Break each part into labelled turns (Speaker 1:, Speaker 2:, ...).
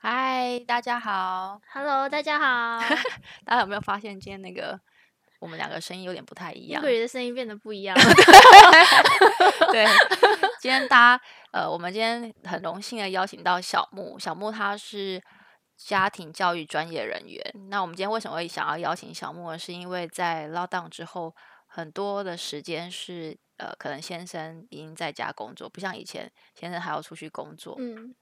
Speaker 1: 嗨，大家好！
Speaker 2: Hello，大 家好。
Speaker 1: 大家有没有发现今天那个我们两个声音有点不太一
Speaker 2: 一
Speaker 1: 样
Speaker 2: 个？人的声音变得不一样，
Speaker 1: 对，今天大家呃，我们今天很荣幸的邀请到小木，小木他是家庭教育专业人员。那我们今天为什么会想要邀请小木呢？是因为在 lockdown 之后，很多的时间是呃，可能先生已经在家工作，不像以前先生还要出去工作。
Speaker 2: 嗯，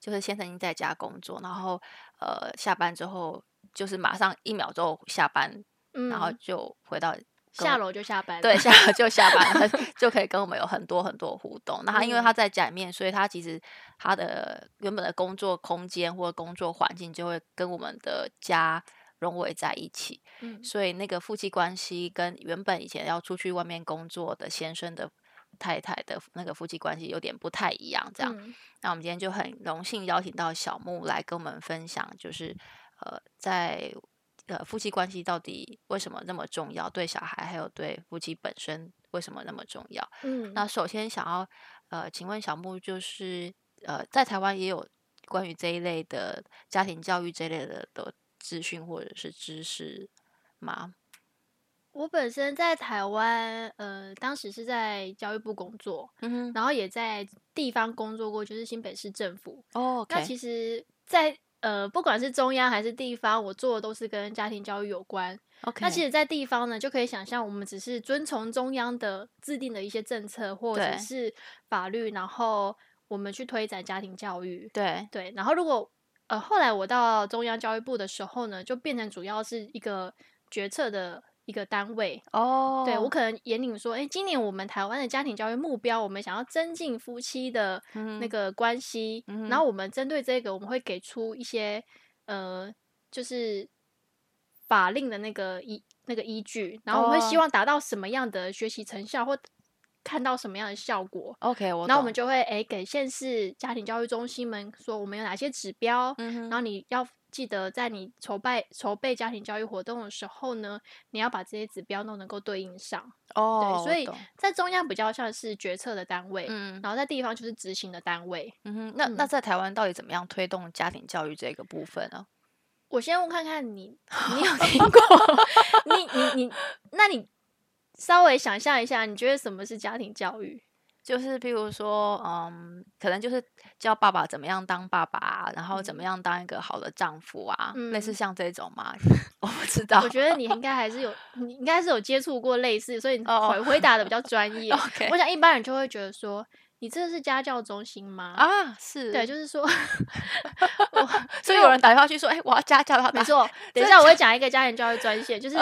Speaker 1: 就是先生已经在家工作，然后呃下班之后就是马上一秒钟下班，
Speaker 2: 嗯
Speaker 1: 然后就回到跟
Speaker 2: 下
Speaker 1: 我
Speaker 2: 楼就下班了，
Speaker 1: 对，下就下班 了，就可以跟我们有很多很多互动。那他因为
Speaker 2: 嗯
Speaker 1: 他在家里面，所以他其实他的原本的工作空间或工作环境就会跟我们的家融为在一起。
Speaker 2: 嗯
Speaker 1: 所以那个夫妻关系跟原本以前要出去外面工作的先生的太太的那个夫妻关系有点不太一样，这样。
Speaker 2: 嗯
Speaker 1: 那我们今天就很荣幸邀请到小木来跟我们分享，就是呃，在呃夫妻关系到底为什么那么重要，对小孩还有对夫妻本身为什么那么重要？
Speaker 2: 嗯，
Speaker 1: 那首先想要呃，请问小木就是呃，在台湾也有关于这一类的家庭教育这一类的的资讯或者是知识吗？
Speaker 2: 我本身在台湾，呃，当时是在教育部工作，
Speaker 1: 嗯哼，
Speaker 2: 然后也在地方工作过，就是新北市政府。
Speaker 1: 哦
Speaker 2: 那
Speaker 1: ，OK，
Speaker 2: 其实在，呃，不管是中央还是地方，我做的都是跟家庭教育有关。
Speaker 1: OK，
Speaker 2: 那其实，在地方呢，就可以想象，我们只是遵从中央的制定的一些政策或
Speaker 1: 对
Speaker 2: 者是法律，然后我们去推展家庭教育。
Speaker 1: 对，
Speaker 2: 对，然后如果呃后来我到中央教育部的时候呢，就变成主要是一个决策的一个单位。
Speaker 1: 哦，
Speaker 2: 对我可能引领说，哎，今年我们台湾的家庭教育目标，我们想要增进夫妻的
Speaker 1: 嗯
Speaker 2: 那个关系，
Speaker 1: 嗯
Speaker 2: 然后我们针对这个，我们会给出一些呃，就是法令的那个依那个依据，然后我们会希
Speaker 1: 哦
Speaker 2: 望达到什么样的学习成效，或看到什么样的效果。
Speaker 1: OK，我
Speaker 2: 然后我们
Speaker 1: 懂
Speaker 2: 就会诶给县市家庭教育中心们说我们有哪些指标，
Speaker 1: 嗯哼
Speaker 2: 然后你要记得在你筹备筹备家庭教育活动的时候呢，你要把这些指标都能够对应上。
Speaker 1: 哦，我
Speaker 2: 对，所以
Speaker 1: 懂
Speaker 2: 在中央比较像是决策的单位，
Speaker 1: 嗯
Speaker 2: 然后在地方就是执行的单位。
Speaker 1: 嗯哼，那那
Speaker 2: 嗯
Speaker 1: 在台湾到底怎么样推动家庭教育这个部分呢？
Speaker 2: 我先问看 看你，你有听过？你你你，那你稍微想象一下，你觉得什么是家庭教育？
Speaker 1: 就是譬如说，嗯，可能就是教爸爸怎么样当爸爸啊，然后怎么
Speaker 2: 嗯
Speaker 1: 样当一个好的丈夫啊，类似
Speaker 2: 嗯
Speaker 1: 像这种嘛， 我不知道。
Speaker 2: 我觉得你应该还是有，你应该是有接触过类似，所以你
Speaker 1: 哦
Speaker 2: 回回答的比较专业。
Speaker 1: OK
Speaker 2: 我想一般人就会觉得说，你这是家教中心吗？
Speaker 1: 啊，是
Speaker 2: 对，就是说，
Speaker 1: 所以有人打电话去说，哎、我要家教他
Speaker 2: 没
Speaker 1: 打，
Speaker 2: 错。等一下我会讲一个家庭教育专线，
Speaker 1: 哦
Speaker 2: 就是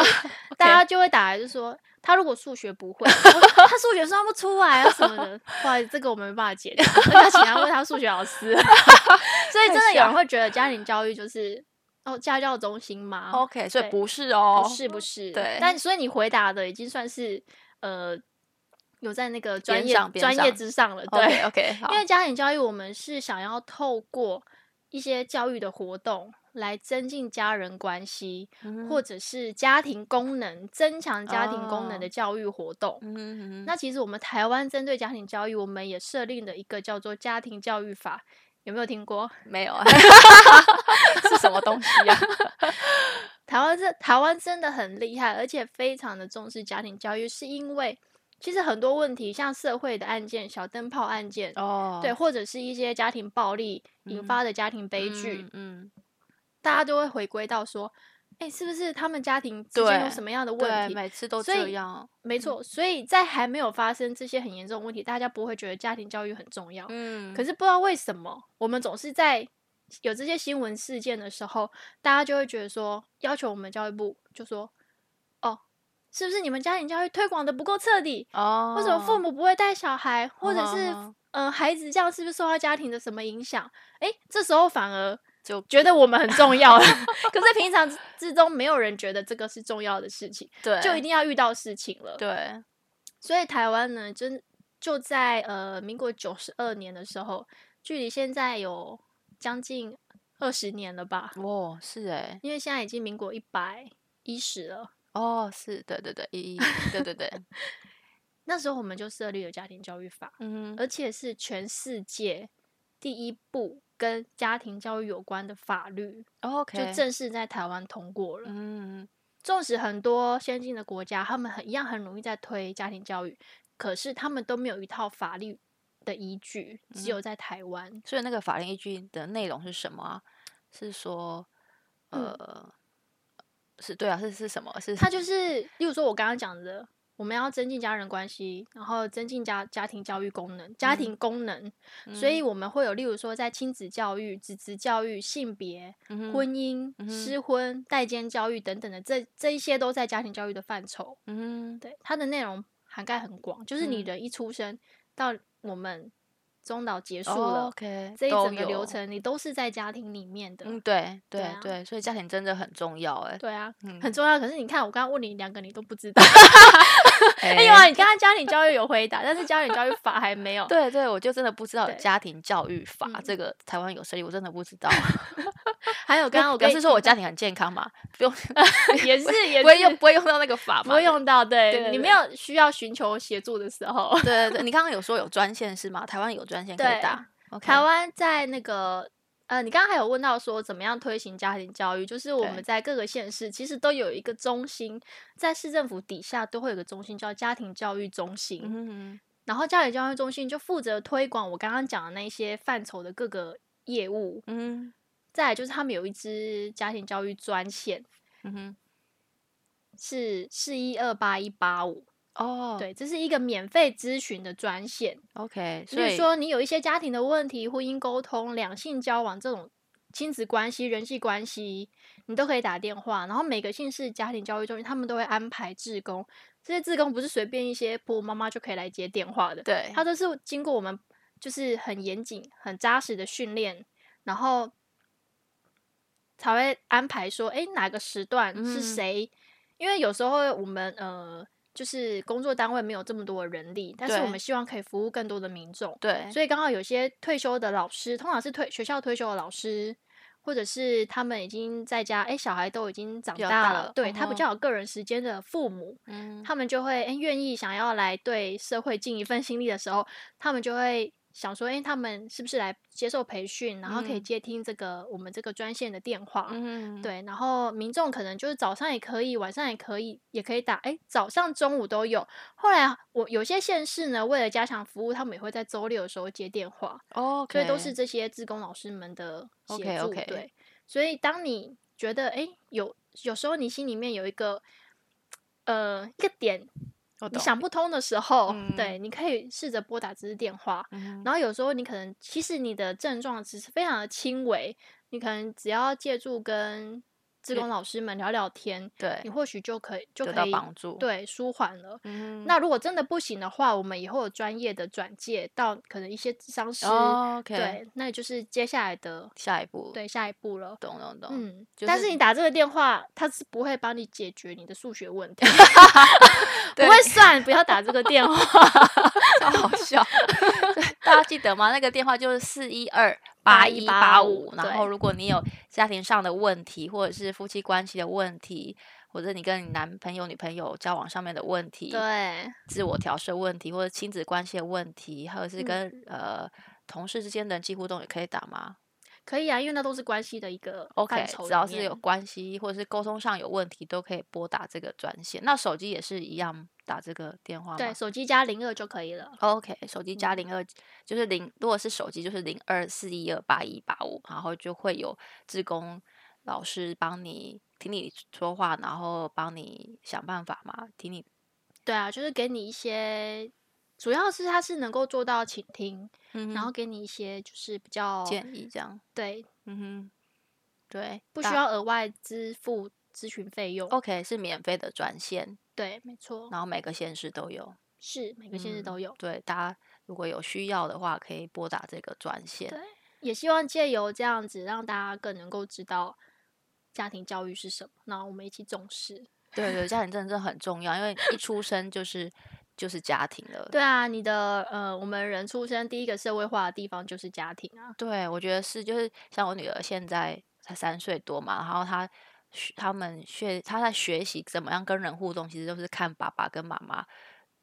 Speaker 2: 大家就会打来，就说他如果数学不会，我说他数学算不出来啊什么的，不好意思，这个我们没办法解决，那请他问他数学老师。 所以
Speaker 1: 太
Speaker 2: 真的有
Speaker 1: 傻
Speaker 2: 人会觉得家庭教育就是哦，家教中心吗？
Speaker 1: OK，所以
Speaker 2: 啊对
Speaker 1: 不是哦，
Speaker 2: 不是不是，
Speaker 1: 对
Speaker 2: 但所以你回答的已经算是呃有在那个专
Speaker 1: 边
Speaker 2: 业
Speaker 1: 上边
Speaker 2: 专业
Speaker 1: 上
Speaker 2: 之上了，对。
Speaker 1: OK OK，好
Speaker 2: 因，为家庭教育，我们是想要透过一些教育的活动来增进家人关系，
Speaker 1: 嗯
Speaker 2: 或者是家庭功能，增强家庭
Speaker 1: 哦
Speaker 2: 功能的教育活动。
Speaker 1: 嗯哼嗯哼
Speaker 2: 那其实我们台湾针对家庭教育，我们也设定了一个叫做《家庭教育法》，有没有听过？
Speaker 1: 没 有啊，是什么东西呀、
Speaker 2: 台湾这台湾真的很厉害，而且非常的重视家庭教育，是因为其实很多问题，像社会的案件、小灯泡案件，
Speaker 1: 哦，嗯
Speaker 2: 对，或者是一些家庭暴力引发的家庭悲剧，
Speaker 1: 嗯，嗯，
Speaker 2: 大家都会回归到说，哎、是不是他们家庭之间有
Speaker 1: 对
Speaker 2: 什么样的问
Speaker 1: 对，嗯
Speaker 2: 题？
Speaker 1: 每次都
Speaker 2: 所
Speaker 1: 这
Speaker 2: 以
Speaker 1: 样，
Speaker 2: 没错，所以在还没有发生这些很严重的问题，大家不会觉得家庭教育很重要。
Speaker 1: 嗯，
Speaker 2: 可
Speaker 1: 是
Speaker 2: 是不知道为什么，我们总是在有这些新闻事件的时候，大家就会觉得说，要求我们教育部就说，哦，是不是你们家庭教育推广的不够彻底？
Speaker 1: 哦，
Speaker 2: 为什么父母不会带小孩，或者
Speaker 1: 嗯
Speaker 2: 是
Speaker 1: 哼
Speaker 2: 嗯、呃孩子这样是不是受到家庭的什么影响？诶，这时候反而
Speaker 1: 就
Speaker 2: 觉得我们很重要了， 可是 平常之中没有人觉得这个是重要的事情，
Speaker 1: 对，
Speaker 2: 就一定要遇到事情了。
Speaker 1: 对，
Speaker 2: 所以台湾呢，真就在呃民国九十二年的时候，距离现在有将近二十年了吧？
Speaker 1: 哦，是哎、
Speaker 2: 因为现在已经民国一百一十了。
Speaker 1: 哦，是对对对，一一，对对 对，
Speaker 2: 那时候我嗯们就设立了家庭教育法，
Speaker 1: 嗯哼，
Speaker 2: 而且是全世界第一部跟家庭教育有关的法律
Speaker 1: 哦，OK，
Speaker 2: 就正式在台湾通过了。
Speaker 1: 嗯，
Speaker 2: 纵使很多先进的国家，他们很一样很容易在推家庭教育，可是他们都没有一套法律的依据，只有在台湾。
Speaker 1: 所以那个法令依据的内容是什么啊？是说，
Speaker 2: 嗯
Speaker 1: 呃，是对啊，是是什么？是
Speaker 2: 它就是，例如说我刚刚讲的，我们要增进家人关系，然后增进家家庭教育功能，家
Speaker 1: 嗯
Speaker 2: 庭功能，所以我们会有，例如说在亲子教育、子职教育、性别、
Speaker 1: 嗯
Speaker 2: 婚姻、
Speaker 1: 嗯哼
Speaker 2: 失婚、代间教育等等的，这这一些都在家庭教育的范畴。
Speaker 1: 嗯
Speaker 2: 对，它的内容涵盖很广，就是你
Speaker 1: 嗯
Speaker 2: 人一出生到我们中岛结束
Speaker 1: 哦
Speaker 2: 了。
Speaker 1: ，OK，
Speaker 2: 这一
Speaker 1: 都
Speaker 2: 整个流
Speaker 1: 有，
Speaker 2: 程，你都是在家庭里面的，
Speaker 1: 嗯，对对
Speaker 2: 啊
Speaker 1: 对，所以家庭真的很重要，哎，
Speaker 2: 对啊，
Speaker 1: 嗯
Speaker 2: 很重要。可是你看，我刚刚问你两个，你都不知道。 哎有
Speaker 1: 哎
Speaker 2: 啊，你刚刚家庭教育有回答，但是家庭教育法还没有。
Speaker 1: 对对，我就真的不知道有
Speaker 2: 对
Speaker 1: 家庭教育法
Speaker 2: 嗯
Speaker 1: 这个台湾有设立，我真的不知道。
Speaker 2: 还 有刚刚我
Speaker 1: 表
Speaker 2: 跟
Speaker 1: 示说我家庭很健康嘛，不用
Speaker 2: 也是也
Speaker 1: 不会
Speaker 2: 是
Speaker 1: 用不会用到那个法
Speaker 2: 不
Speaker 1: 嘛，
Speaker 2: 会用到，
Speaker 1: 对对
Speaker 2: 对你
Speaker 1: 对
Speaker 2: 没有需要寻求协助的时候。
Speaker 1: 对。对对对，你刚刚有说有专线是吗？台湾有专线可以
Speaker 2: 对
Speaker 1: 打。OK
Speaker 2: 台湾在那个呃，你刚刚还有问到说怎么样推行家庭教育，就是我
Speaker 1: 对
Speaker 2: 们在各个县市其实都有一个中心，在市政府底下都会有个中心叫家庭教育中心。
Speaker 1: 嗯
Speaker 2: 然后家里教育中心就负责推广我刚刚讲的那一些范畴的各个业务。
Speaker 1: 嗯
Speaker 2: 再来就是他们有一支家庭教育专线，
Speaker 1: 嗯哼，
Speaker 2: 是四一二八一八五，
Speaker 1: 哦，
Speaker 2: 对，这是一个免费咨询的专线。
Speaker 1: ，OK，
Speaker 2: 所
Speaker 1: 所
Speaker 2: 以
Speaker 1: 以
Speaker 2: 说你有一些家庭的问题、婚姻沟通、两性交往这种亲子关系、人际关系，你都可以打电话。然后每个县市家庭教育中心他们都会安排志工，这些志工不是随便一些婆婆妈妈就可以来接电话的，
Speaker 1: 对，
Speaker 2: 他都是经过我们就是很严谨、很扎实的训练，然后才会安排说，诶，哪个时段是
Speaker 1: 嗯
Speaker 2: 谁？因为有时候我们呃，就是工作单位没有这么多的人力，但是我
Speaker 1: 对
Speaker 2: 们希望可以服务更多的民众，
Speaker 1: 对，
Speaker 2: 所以刚好有些退休的老师，通常是退学校退休的老师。或者是他们已经在家，诶，小孩都已经长
Speaker 1: 比较
Speaker 2: 大
Speaker 1: 大
Speaker 2: 了，
Speaker 1: 了
Speaker 2: 对他
Speaker 1: 嗯
Speaker 2: 比
Speaker 1: 哼
Speaker 2: 较有个人时间的父母，
Speaker 1: 嗯
Speaker 2: 他们就会诶愿意想要来对社会尽一份心力的时候，他们就会想说，诶，他们是不是来接受培训，然后可以
Speaker 1: 嗯
Speaker 2: 接听这个、我们这个专线的电话？
Speaker 1: 嗯，
Speaker 2: 对，然后民众可能就是早上也可以，晚上也可以，也可以打，诶，早上、中午都有。后来我有些县市呢，为了加强服务，他们也会在周六的时候接电话，
Speaker 1: 哦，
Speaker 2: 所以都是这些志工老师们的协助。
Speaker 1: OK，OK
Speaker 2: 对，所以当你觉得诶，有有时候你心里面有一个呃一个点
Speaker 1: 我
Speaker 2: 你
Speaker 1: 懂，
Speaker 2: 想不通的时候，
Speaker 1: 嗯
Speaker 2: 对，你可以试着拨打这支电话。
Speaker 1: 嗯哼
Speaker 2: 然后有时候你可能其实你的症状只是非常的轻微，你可能只要借助跟志
Speaker 1: 也
Speaker 2: 工老师们聊聊天，你
Speaker 1: 对，
Speaker 2: 或许就可以就
Speaker 1: 得
Speaker 2: 可
Speaker 1: 到
Speaker 2: 以
Speaker 1: 帮助，，
Speaker 2: 对舒缓了。
Speaker 1: 嗯，
Speaker 2: 那如果真的不行的话，我们也会有专业的转介到可能一些智商师，
Speaker 1: 哦 OK，，
Speaker 2: 对，那也就是接下来的
Speaker 1: 下一步，，
Speaker 2: 对下一步了。
Speaker 1: 懂懂懂，
Speaker 2: 嗯，
Speaker 1: 就
Speaker 2: 但
Speaker 1: 是
Speaker 2: 是你打这个电话，他是不会帮你解决你的数学问 题，不
Speaker 1: 对
Speaker 2: 会算，不要打这个电话。
Speaker 1: 超好笑。 对大家记得吗？那个电话就是四一二八一八五。
Speaker 2: 8185
Speaker 1: 然后，
Speaker 2: 对
Speaker 1: 如果你有家庭上的问题，或者是夫妻关系的问题，或者你跟你男朋友、女朋友交往上面的问题，
Speaker 2: 对，
Speaker 1: 自我调试问题，或者亲子关系的问题，或者是
Speaker 2: 嗯
Speaker 1: 跟、呃同事之间的人际互动，也可以打吗
Speaker 2: 可以啊，因为那都是关系的一个
Speaker 1: ？OK，
Speaker 2: 范畴里面。
Speaker 1: 只要是有关系或者是沟通上有问题，都可以拨打这个专线。那手机也是一样打这个电话吗？
Speaker 2: 对手机加零二就可以了。
Speaker 1: OK，手机
Speaker 2: 嗯
Speaker 1: 加零二、就是零，如果是手机就是零二四一二八一八五，然后就会有志工老师帮你听你说话，然后帮你想办法嘛，听你
Speaker 2: 对啊，就是给你一些，主要是它是能够做到倾听，
Speaker 1: 嗯
Speaker 2: 然后给你一些就是比较
Speaker 1: 建议这样，
Speaker 2: 对，
Speaker 1: 嗯哼，对，
Speaker 2: 不需
Speaker 1: 大
Speaker 2: 要额外支付咨询费用。
Speaker 1: OK 是免费的专线，
Speaker 2: 对，没错，
Speaker 1: 然后每个县市都有，
Speaker 2: 是每个县市
Speaker 1: 嗯
Speaker 2: 都有。
Speaker 1: 对，大家如果有需要的话，可以拨打这个专线
Speaker 2: 对，也希望借由这样子，让大家更能够知道家庭教育是什么，那我们一起重视。
Speaker 1: 对对，家庭真的是很重要，因为一出生就是就是家庭 了，
Speaker 2: 对啊，你的呃，我们人出生第一个社会化的地方就是家庭啊。
Speaker 1: 对，我觉得是，就是像我女儿现在才三岁多嘛，然后她学他们学她在学习怎么样跟人互动，其实都是看爸爸跟妈妈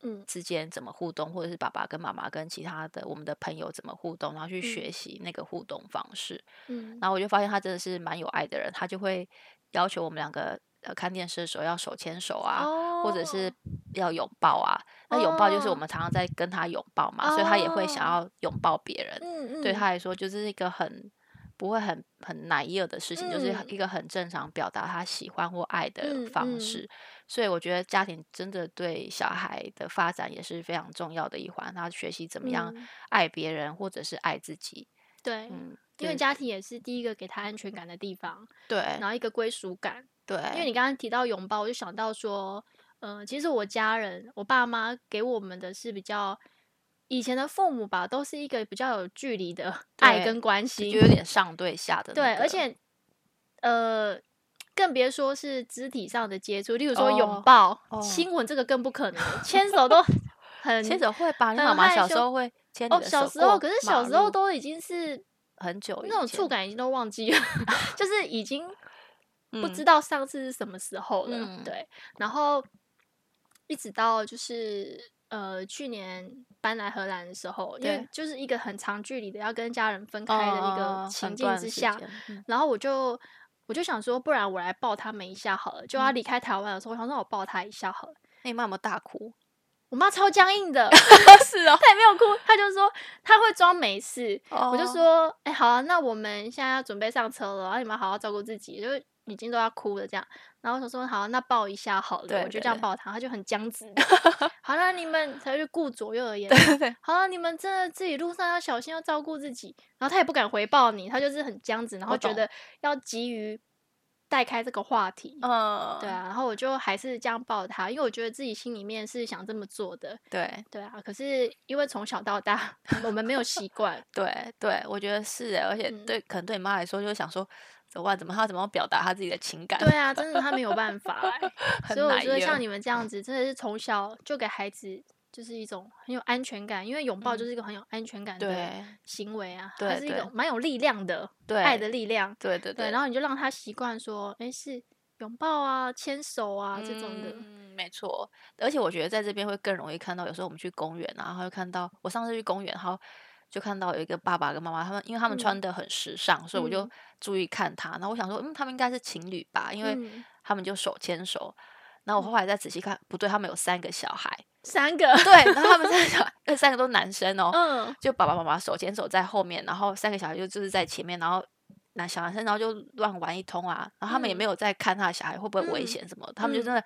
Speaker 2: 嗯
Speaker 1: 之间怎么互动，或者是爸爸跟妈妈跟其他的我们的朋友怎么互动，然后去学习那个互动方式。
Speaker 2: 嗯
Speaker 1: 然后我就发现他真的是蛮有爱的人，他就会要求我们两个呃看电视的时候要手牵手啊，或者是要拥抱啊。那拥抱就是我
Speaker 2: 哦
Speaker 1: 们常常在跟他拥抱嘛，所以他也会想
Speaker 2: 哦
Speaker 1: 要拥抱别人。
Speaker 2: 嗯嗯
Speaker 1: 对他来说，就是一个很不会很很难热的事情，就是
Speaker 2: 嗯
Speaker 1: 一个很正常表达他喜欢或爱的
Speaker 2: 嗯
Speaker 1: 方
Speaker 2: 嗯
Speaker 1: 式。所以我觉得家庭真的对小孩的发展也是非常重要的一环，他学习怎么样
Speaker 2: 嗯
Speaker 1: 爱别人或者是爱自己。
Speaker 2: 对，
Speaker 1: 嗯，
Speaker 2: 因为
Speaker 1: 对
Speaker 2: 家庭也是第一个给他安全感的地方，
Speaker 1: 对
Speaker 2: 然后一个归属感。
Speaker 1: 对，
Speaker 2: 因为你刚刚提到拥抱，我就想到说，嗯、其实我家人，我爸妈给我们的是比较以前的父母吧，都是一个比较有距离的 爱
Speaker 1: 对
Speaker 2: 跟关
Speaker 1: 就
Speaker 2: 心，
Speaker 1: 有点上对下的那
Speaker 2: 对，而
Speaker 1: 个
Speaker 2: 且呃，更别说是肢体上的接触，例如说
Speaker 1: 哦
Speaker 2: 拥抱、
Speaker 1: 哦
Speaker 2: 亲吻，这个更不可能， 牵手都很
Speaker 1: 牵手会吧？你
Speaker 2: 很
Speaker 1: 妈妈
Speaker 2: 害
Speaker 1: 小时
Speaker 2: 羞
Speaker 1: 候会牵你
Speaker 2: 哦，
Speaker 1: 的
Speaker 2: 小
Speaker 1: 手
Speaker 2: 时候
Speaker 1: 过
Speaker 2: 可是
Speaker 1: 马
Speaker 2: 小时候
Speaker 1: 路
Speaker 2: 都已经是
Speaker 1: 很久以
Speaker 2: 那种触
Speaker 1: 前
Speaker 2: 感已经都忘 记了， 就是已经不
Speaker 1: 嗯
Speaker 2: 知道上次是什么时候了。
Speaker 1: 嗯
Speaker 2: 对，然后一直到就是呃去年搬来荷兰的时候，因为
Speaker 1: 对
Speaker 2: 就是一个很长距离的要跟家人分开的一
Speaker 1: 嗯嗯嗯
Speaker 2: 个
Speaker 1: 嗯
Speaker 2: 情
Speaker 1: 很
Speaker 2: 境
Speaker 1: 短
Speaker 2: 之
Speaker 1: 时
Speaker 2: 下，
Speaker 1: 间嗯
Speaker 2: 然后我就。我就想说，不然我来抱他们一下好了。就他
Speaker 1: 嗯
Speaker 2: 离开台湾的时候，我想说我抱他一下好了。
Speaker 1: 那你妈有没有大 哭？
Speaker 2: 我妈超僵硬的，
Speaker 1: 是哦，
Speaker 2: 她也没有哭，她就说她会装没事，我就
Speaker 1: 哦
Speaker 2: 说，哎、好、啊，那我们现在要准备上车了，然后你们好好照顾自己，就是已经都要哭了这样。然后我想说，好啊、那抱一下好了，
Speaker 1: 对
Speaker 2: 我就
Speaker 1: 对
Speaker 2: 这样
Speaker 1: 对
Speaker 2: 抱他，他就很 僵直。好了，你们才去顾左右而言
Speaker 1: 对
Speaker 2: 他。
Speaker 1: 对 对，
Speaker 2: 好了，你们真的自己路上要小心，要照顾自己。然后他也不敢回报你，他就是很僵直，然
Speaker 1: 我
Speaker 2: 后觉
Speaker 1: 懂
Speaker 2: 得要急于带开这个话题。
Speaker 1: 嗯，
Speaker 2: 对啊，然后我就还是这样抱他，因为我觉得自己心里面是想这么做的。
Speaker 1: 对
Speaker 2: 对啊，可是因为从小到大 我们没有习 惯，
Speaker 1: 对对，我觉得是诶，而且
Speaker 2: 嗯
Speaker 1: 对，可能对你妈来说，就是想说怎么办？怎么她怎么表达她自己的情感？
Speaker 2: 对啊，真的他没有办法、欸，
Speaker 1: 很
Speaker 2: 所以我
Speaker 1: 难
Speaker 2: 觉得
Speaker 1: 约
Speaker 2: 像你们这样子，真的是从小就给孩子就是一种很有安全感，因为拥抱
Speaker 1: 嗯
Speaker 2: 就是一个很有安全感的
Speaker 1: 对
Speaker 2: 行为啊，
Speaker 1: 对
Speaker 2: 它是一
Speaker 1: 对
Speaker 2: 种蛮有力量的
Speaker 1: 对，
Speaker 2: 爱的力量。
Speaker 1: 对对
Speaker 2: 对，然后你就让他习惯说，哎、是拥抱啊、牵手啊这种的。
Speaker 1: 嗯，没错。而且我觉得在这边会更容易看到，有时候我们去公园啊，然后会看到我上次去公园，然后就看到有一个爸爸跟妈妈，他们因为他们穿
Speaker 2: 嗯
Speaker 1: 的很时尚，所以我就
Speaker 2: 嗯
Speaker 1: 注意看他。然后我想说，嗯，他们应该是情侣吧，因为
Speaker 2: 嗯
Speaker 1: 他们就手牵手。然后我后来再仔细看，不对，他们有三个小孩，
Speaker 2: 三 个，
Speaker 1: 对，然后他们三个小孩，那三个都男生哦，
Speaker 2: 嗯，
Speaker 1: 就爸爸妈妈手牵手在后面，然后三个小孩就就是在前面，然后那小男生然后就乱玩一通啊，然后他们也
Speaker 2: 嗯
Speaker 1: 没有在看他的小孩会不会危
Speaker 2: 嗯
Speaker 1: 险什么，他们就真
Speaker 2: 嗯
Speaker 1: 的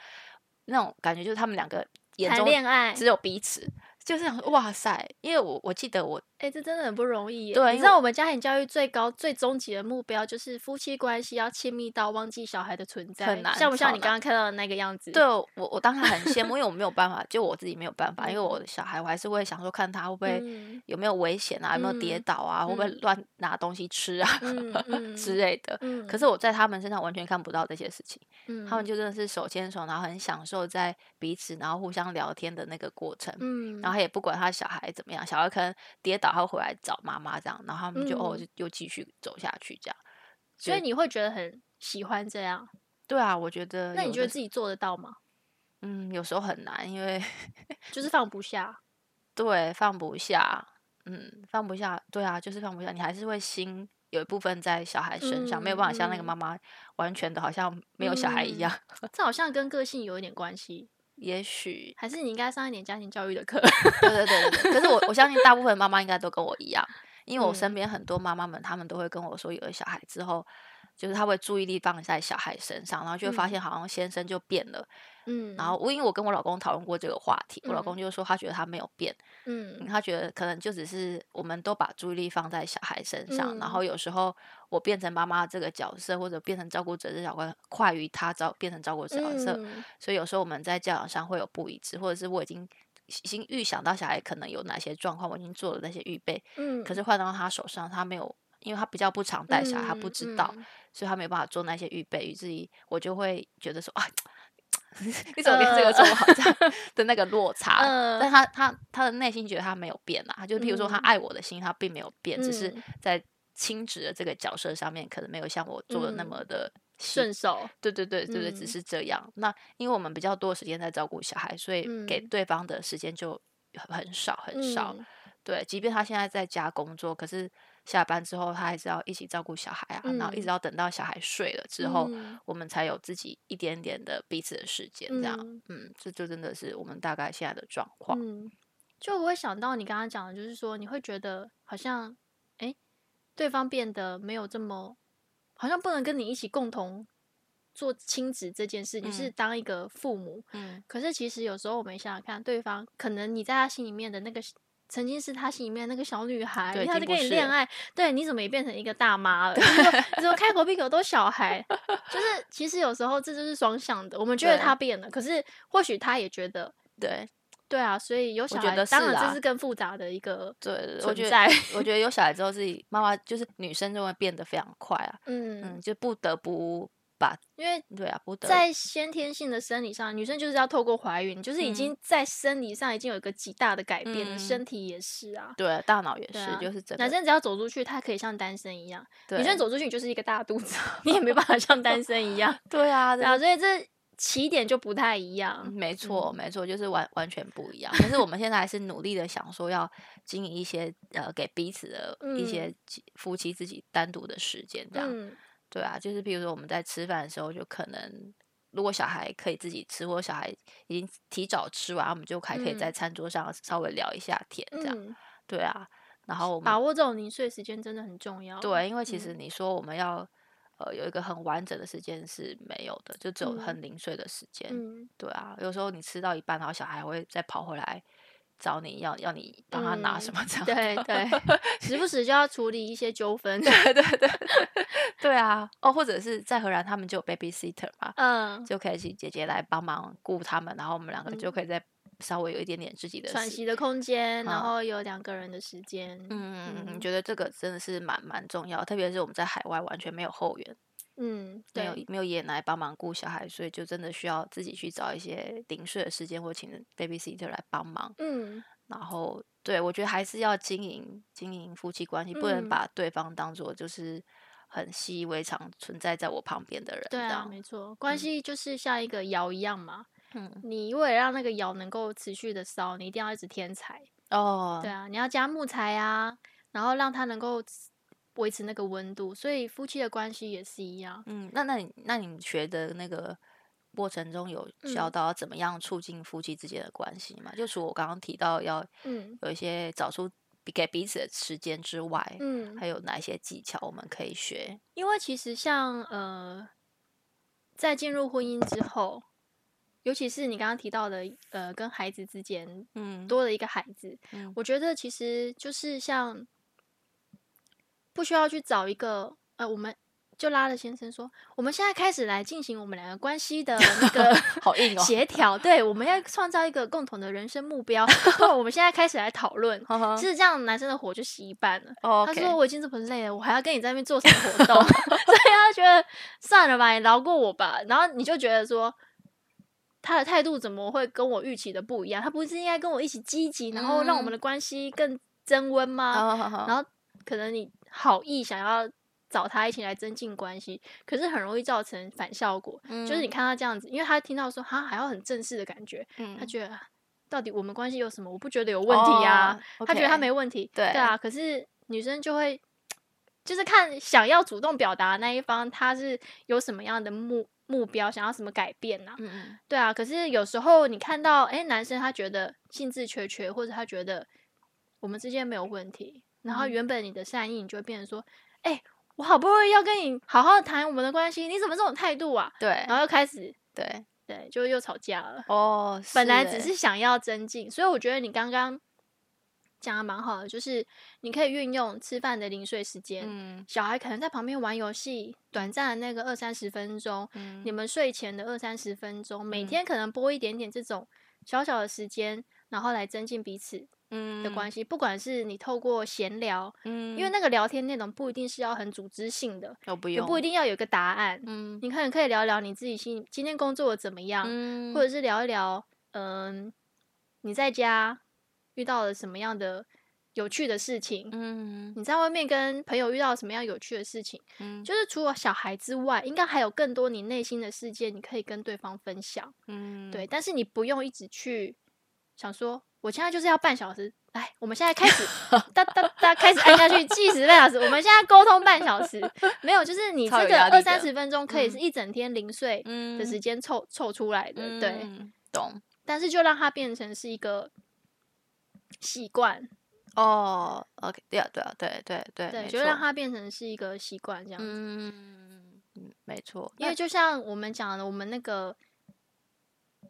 Speaker 1: 那种感觉就是他们两个眼
Speaker 2: 谈
Speaker 1: 中
Speaker 2: 恋爱，
Speaker 1: 只有彼此，就是想说哇塞，因为我我记得我
Speaker 2: 哎、这真的很不容易耶。
Speaker 1: 对因
Speaker 2: 你知
Speaker 1: 为
Speaker 2: 道我们家庭教育最高、最终极的目标就是夫妻关系要亲密到忘记小孩的存在，
Speaker 1: 难
Speaker 2: 像不像
Speaker 1: 超
Speaker 2: 你刚刚看到的那个样子？
Speaker 1: 对我我当时很羡慕，因为我没有办法，就我自己没有办法，因为我
Speaker 2: 嗯
Speaker 1: 的小孩我还是会想说看他会不会。
Speaker 2: 嗯，
Speaker 1: 有没有危险啊？有没有跌
Speaker 2: 嗯
Speaker 1: 倒啊？会不会
Speaker 2: 嗯
Speaker 1: 乱拿东西吃啊？
Speaker 2: 嗯嗯
Speaker 1: 之类的。
Speaker 2: 嗯
Speaker 1: 可是我在他们身上完全看不到这些事情，
Speaker 2: 嗯，
Speaker 1: 他们就真的是手牵手，然后很享受在彼此，然后互相聊天的那个过程。
Speaker 2: 嗯，
Speaker 1: 然后他也不管他小孩怎么样，小孩可能跌倒，他会回来找妈妈这样，然后他们就、哦
Speaker 2: 嗯
Speaker 1: 就又继续走下去这样。
Speaker 2: 所以你会觉得很喜欢这样，
Speaker 1: 对啊，我觉得
Speaker 2: 那你
Speaker 1: 有
Speaker 2: 觉得
Speaker 1: 的时
Speaker 2: 自己做得到吗？
Speaker 1: 嗯有时候很难，因为
Speaker 2: 就是放不 下，
Speaker 1: 对放不下，嗯放不下，对啊就是放不下，你还是会心有一部分在小孩身上，没有办法像那个
Speaker 2: 嗯嗯
Speaker 1: 妈妈完全的好像没有小孩一
Speaker 2: 嗯
Speaker 1: 样，
Speaker 2: 这好像跟个性有一点关系，
Speaker 1: 也许
Speaker 2: 还是你应该上一点家庭教育的 课？
Speaker 1: 对对对对对，可是我我相信大部分妈妈应该都跟我一样，因为我身
Speaker 2: 嗯
Speaker 1: 边很多妈妈们，她们都会跟我说，有了小孩之后，就是她会注意力放在小孩身上，然后就会发现好像先生就变了。
Speaker 2: 嗯，
Speaker 1: 然后我因为我跟我老公讨论过这个话题，我老
Speaker 2: 嗯
Speaker 1: 公就说他觉得他没有变，嗯
Speaker 2: 嗯
Speaker 1: 他觉得可能就只是我们都把注意力放在小孩身上，然
Speaker 2: 嗯
Speaker 1: 后有时候我变成妈妈这个角色，或者变成照顾者这角色，快于他照变成照顾者角色，
Speaker 2: 嗯
Speaker 1: 所以有时候我们在教养上会有不一致，或者是我已经已经预想到小孩可能有哪些状况，我已经做了那些预备，
Speaker 2: 嗯，
Speaker 1: 可是换到他手上，他没有，因为他比较不常带小孩，他不
Speaker 2: 嗯
Speaker 1: 知道，
Speaker 2: 嗯
Speaker 1: 所以他没有办法做那些预备，以至于我就会觉得说啊。 你怎么连这个
Speaker 2: 呃
Speaker 1: 做不好这样的那个落差？
Speaker 2: 呃
Speaker 1: 啊但他他他的内心觉得他没有变啊，就譬如说他
Speaker 2: 嗯
Speaker 1: 爱我的心，他并没有变，只是
Speaker 2: 嗯
Speaker 1: 在亲职的这个角色上面，可能没有像我做的那
Speaker 2: 嗯
Speaker 1: 么的
Speaker 2: 顺手，
Speaker 1: 对对对对对，只
Speaker 2: 嗯
Speaker 1: 是这样。那因为我们比较多时间在照顾小孩，所以给
Speaker 2: 嗯
Speaker 1: 对方的时间就很很少很少。
Speaker 2: 嗯
Speaker 1: 对，即便他现在在家工作，可是下班之后他还是要一起照顾小孩啊，然后一直
Speaker 2: 嗯
Speaker 1: 要等到小孩睡了之后，
Speaker 2: 嗯
Speaker 1: 我们才有自己一点点的彼此的时间。这样，
Speaker 2: 嗯
Speaker 1: 嗯，这就真的是我们大概现在的状况。
Speaker 2: 嗯，就我会想到你刚刚讲的，就是说你会觉得好像，哎、对方变得没有这么，好像不能跟你一起共同做亲子这件事，你、是
Speaker 1: 嗯
Speaker 2: 当一个父母。
Speaker 1: 嗯
Speaker 2: 可是其实有时候我们想想看，对方可能你在他心里面的那个。曾经是他心里面那个小女孩，
Speaker 1: 对已
Speaker 2: 他在
Speaker 1: 经
Speaker 2: 跟
Speaker 1: 不
Speaker 2: 你
Speaker 1: 是
Speaker 2: 恋
Speaker 1: 了
Speaker 2: 爱，对，你怎么也变成一个大妈了？你怎么你 怎么开口闭口都小孩？就是其实有时候这就是双向的，我们觉得
Speaker 1: 对
Speaker 2: 他变了，可是或许他也觉得
Speaker 1: 对
Speaker 2: 对啊，所以有小
Speaker 1: 觉
Speaker 2: 孩，
Speaker 1: 得
Speaker 2: 当
Speaker 1: 是
Speaker 2: 然
Speaker 1: 啊
Speaker 2: 这是更复杂的一个
Speaker 1: 对，我
Speaker 2: 存
Speaker 1: 觉得
Speaker 2: 在。
Speaker 1: 我觉得有小孩之后，自己妈妈就是女生就会变得非常快啊，
Speaker 2: 嗯
Speaker 1: 嗯，，就不得不
Speaker 2: 因为
Speaker 1: 对啊，不得
Speaker 2: 在先天性的生理上，女生就是要透过怀孕，就是已
Speaker 1: 嗯
Speaker 2: 经在生理上已经有一个极大的改变了，
Speaker 1: 嗯
Speaker 2: 身体也是啊。
Speaker 1: 对大脑也是，
Speaker 2: 对啊
Speaker 1: 就是整个
Speaker 2: 男生只要走出去，他可以像单身一样；
Speaker 1: 对
Speaker 2: 女生走出去你就是一个大肚子， 你也没办法像单身一 样。
Speaker 1: 对啊，
Speaker 2: 对啊，所以这起点就不太一样。
Speaker 1: 嗯没错，没错，就是完完全不一样。可是我们现在还是努力的想说要经营一些呃，给彼此的一些
Speaker 2: 嗯
Speaker 1: 几夫妻自己单独的时间，这样、
Speaker 2: 嗯
Speaker 1: 对啊。就是比如说我们在吃饭的时候，就可能如果小孩可以自己吃，或者小孩已经提早吃完，我们就还可以在
Speaker 2: 嗯
Speaker 1: 餐桌上稍微聊一下天，这样、
Speaker 2: 嗯，
Speaker 1: 对啊。然后我们
Speaker 2: 把握这种零碎时间真的很重要。
Speaker 1: 对，因为其实
Speaker 2: 嗯
Speaker 1: 你说我们要。呃，有一个很完整的时间是没有的，就只有
Speaker 2: 嗯
Speaker 1: 很零碎的时间。
Speaker 2: 嗯，
Speaker 1: 对啊，有时候你吃到一半，然后小孩会再跑回来找你要要你帮他拿什
Speaker 2: 嗯
Speaker 1: 么这样。
Speaker 2: 对对，时不时就要处理一些纠 纷。
Speaker 1: 对对对对 对啊！哦，或者是在荷兰他们就有 babysitter 嘛，
Speaker 2: 嗯，
Speaker 1: 就可以请姐姐来帮忙顾他们，然后我们两个就可以再稍微有一点点自己的
Speaker 2: 喘
Speaker 1: 时
Speaker 2: 息的空间，然
Speaker 1: 嗯
Speaker 2: 后有两个人的时间。
Speaker 1: 嗯，你
Speaker 2: 嗯
Speaker 1: 觉得这个真的是蛮蛮重要，特别是我们在海外完全没有后援，
Speaker 2: 嗯，
Speaker 1: 没有
Speaker 2: 对，
Speaker 1: 没有爷爷奶奶帮忙顾小孩，所以就真的需要自己去找一些零碎的时间或请 babysitter 来帮忙。
Speaker 2: 嗯
Speaker 1: 然后，对我觉得还是要经营经营夫妻关系，不能
Speaker 2: 嗯
Speaker 1: 把对方当做就是很习以为常存在在我旁边的人。
Speaker 2: 对
Speaker 1: 这
Speaker 2: 啊，
Speaker 1: 样，
Speaker 2: 没错，关系就是像一个窑一样嘛。
Speaker 1: 嗯，
Speaker 2: 你为了让那个窑能够持续的烧，你一定要一直添柴。
Speaker 1: 哦，
Speaker 2: 对啊，你要加木材啊，然后让它能够维持那个温度。所以夫妻的关系也是一样。
Speaker 1: 嗯，那那你那你学的那个过程中有教
Speaker 2: 嗯
Speaker 1: 到怎么样促进夫妻之间的关系吗？就除我刚刚提到要
Speaker 2: 嗯
Speaker 1: 有一些找出比给彼此的时间之外，
Speaker 2: 嗯，
Speaker 1: 还有哪一些技巧我们可以学？
Speaker 2: 因为其实像呃，在进入婚姻之后，尤其是你刚刚提到的呃，跟孩子之间
Speaker 1: 嗯，
Speaker 2: 多了一个孩子，
Speaker 1: 嗯
Speaker 2: 我觉得其实就是像不需要去找一个呃，我们就拉了先生说，我们现在开始来进行我们两个关系的那 个
Speaker 1: 好硬哦
Speaker 2: 协调，对，我们要创造一个共同的人生目标，那我们现在开始来讨论。
Speaker 1: 嗯
Speaker 2: 其实这样男生的火就熄一半了。
Speaker 1: 哦，
Speaker 2: 他说我已经这么累了，我还要跟你在那边做什么活动？ 所以他觉得算了吧，你饶过我吧。然后你就觉得说，他的态度怎么会跟我预期的不一样？他不是应该跟我一起积极，然后让我
Speaker 1: 嗯
Speaker 2: 们
Speaker 1: 哦
Speaker 2: 的关系更增温吗？
Speaker 1: 然
Speaker 2: 啊然后可能你好意想要找他一起来增进关系，可是很容易造成反效果。
Speaker 1: 嗯
Speaker 2: 就是你看他这样子，因为他听到说他还要很正式的感觉，
Speaker 1: 嗯
Speaker 2: 他觉得到底我们关系有什么？我不觉得有问题啊。他觉得他没问题，
Speaker 1: 哦对
Speaker 2: 啊，可是女生就会就是看想要主动表达的那一方，他是有什么样的目目标，想要什么改变呢、
Speaker 1: 嗯嗯
Speaker 2: 对啊，可是有时候你看到，哎，男生他觉得兴致缺缺，或者他觉得我们之间没有问题，然后
Speaker 1: 嗯
Speaker 2: 原本你的善意，你就会变成说，哎，我好不容易要跟你好好谈我们的关系，你怎么这种态度啊？
Speaker 1: 对
Speaker 2: 然后又开始
Speaker 1: 对
Speaker 2: 对，就又吵架了。
Speaker 1: 哦，
Speaker 2: 本来
Speaker 1: 欸
Speaker 2: 只是想要增进，所以我觉得你刚刚讲的蛮好的，就是你可以运用吃饭的零碎时间，
Speaker 1: 嗯
Speaker 2: 小孩可能在旁边玩游戏，短暂的那个二三十分钟，
Speaker 1: 嗯
Speaker 2: 你们睡前的二三十分钟，每
Speaker 1: 嗯
Speaker 2: 天可能拨一点点这种小小的时间，然后来增进彼此
Speaker 1: 嗯
Speaker 2: 的关系，不管是你透过闲聊，
Speaker 1: 嗯，
Speaker 2: 因为那个聊天内容不一定是要很组织性的，
Speaker 1: 我不
Speaker 2: 也
Speaker 1: 用
Speaker 2: 不一定要有一个答案，
Speaker 1: 嗯
Speaker 2: 你可能可以聊聊你自己心今天工作得怎么样，
Speaker 1: 嗯
Speaker 2: 啊或者是聊一聊，嗯、你在家遇到了什么样的有趣的事情。
Speaker 1: 嗯
Speaker 2: 你在外面跟朋友遇到什么样有趣的事情？
Speaker 1: 嗯
Speaker 2: 就是除了小孩之外，应该还有更多你内心的世界，你可以跟对方分享。
Speaker 1: 嗯，
Speaker 2: 对，但是你不用一直去想说，我现在就是要半小时，来，我们现在开 始，哒哒哒，开始按下去，计时半小时，我们现在沟通半小时，没有，就是你
Speaker 1: 超
Speaker 2: 这
Speaker 1: 有
Speaker 2: 个
Speaker 1: 压
Speaker 2: 二
Speaker 1: 力的
Speaker 2: 三十分钟可以是一整天零碎
Speaker 1: 嗯
Speaker 2: 的时间凑凑出来的，呃对，
Speaker 1: 嗯懂
Speaker 2: 但是就让它变成是一个习惯，
Speaker 1: 哦，OK，对啊，对啊，对对对，
Speaker 2: 对，
Speaker 1: 没
Speaker 2: 就让
Speaker 1: 错
Speaker 2: 它变成是一个习惯这样子。
Speaker 1: 嗯嗯，没错，
Speaker 2: 因为就像我们讲的，我们那个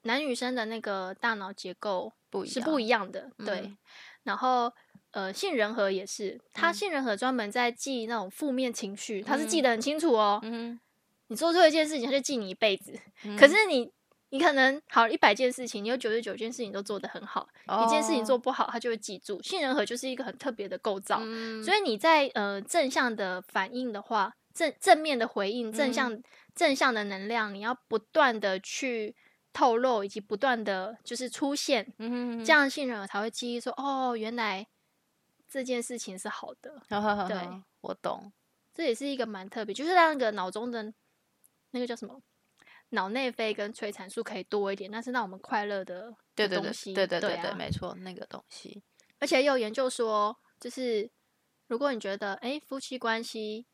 Speaker 2: 男女生的那个大脑结构
Speaker 1: 不一
Speaker 2: 是不
Speaker 1: 样
Speaker 2: 一样的，对
Speaker 1: 嗯。
Speaker 2: 然后呃，杏仁核也是，它
Speaker 1: 嗯
Speaker 2: 杏仁核专门在记那种负面情绪，它是记
Speaker 1: 嗯
Speaker 2: 得很清楚哦。
Speaker 1: 嗯，
Speaker 2: 你做错一件事情，它就记你一辈子。
Speaker 1: 嗯
Speaker 2: 可是你。你可能好一百件事情，你有九十九件事情都做得很好，一件事情
Speaker 1: 哦
Speaker 2: 做不好，它就会记住。杏仁核就是一个很特别的构造，
Speaker 1: 嗯
Speaker 2: 所以你在呃正向的反应的话，正正面的回应，正向、
Speaker 1: 嗯
Speaker 2: 正向的能量，你要不断的去透露，以及不断的就是出现，
Speaker 1: 嗯
Speaker 2: 这，样信任才会记忆说，哦，原来这件事情是好的。对
Speaker 1: 对，我懂，
Speaker 2: 这也是一个蛮特别，就是让那个脑中的那个叫什么脑内啡跟催产素可以多一点，那是让我们快乐的
Speaker 1: 对
Speaker 2: 的
Speaker 1: 对
Speaker 2: 东
Speaker 1: 对
Speaker 2: 西。
Speaker 1: 对对
Speaker 2: 对
Speaker 1: 对对，
Speaker 2: 啊
Speaker 1: 没错，那个东西，
Speaker 2: 而且也有研究说，就是如果你觉得哎、诶夫妻关系，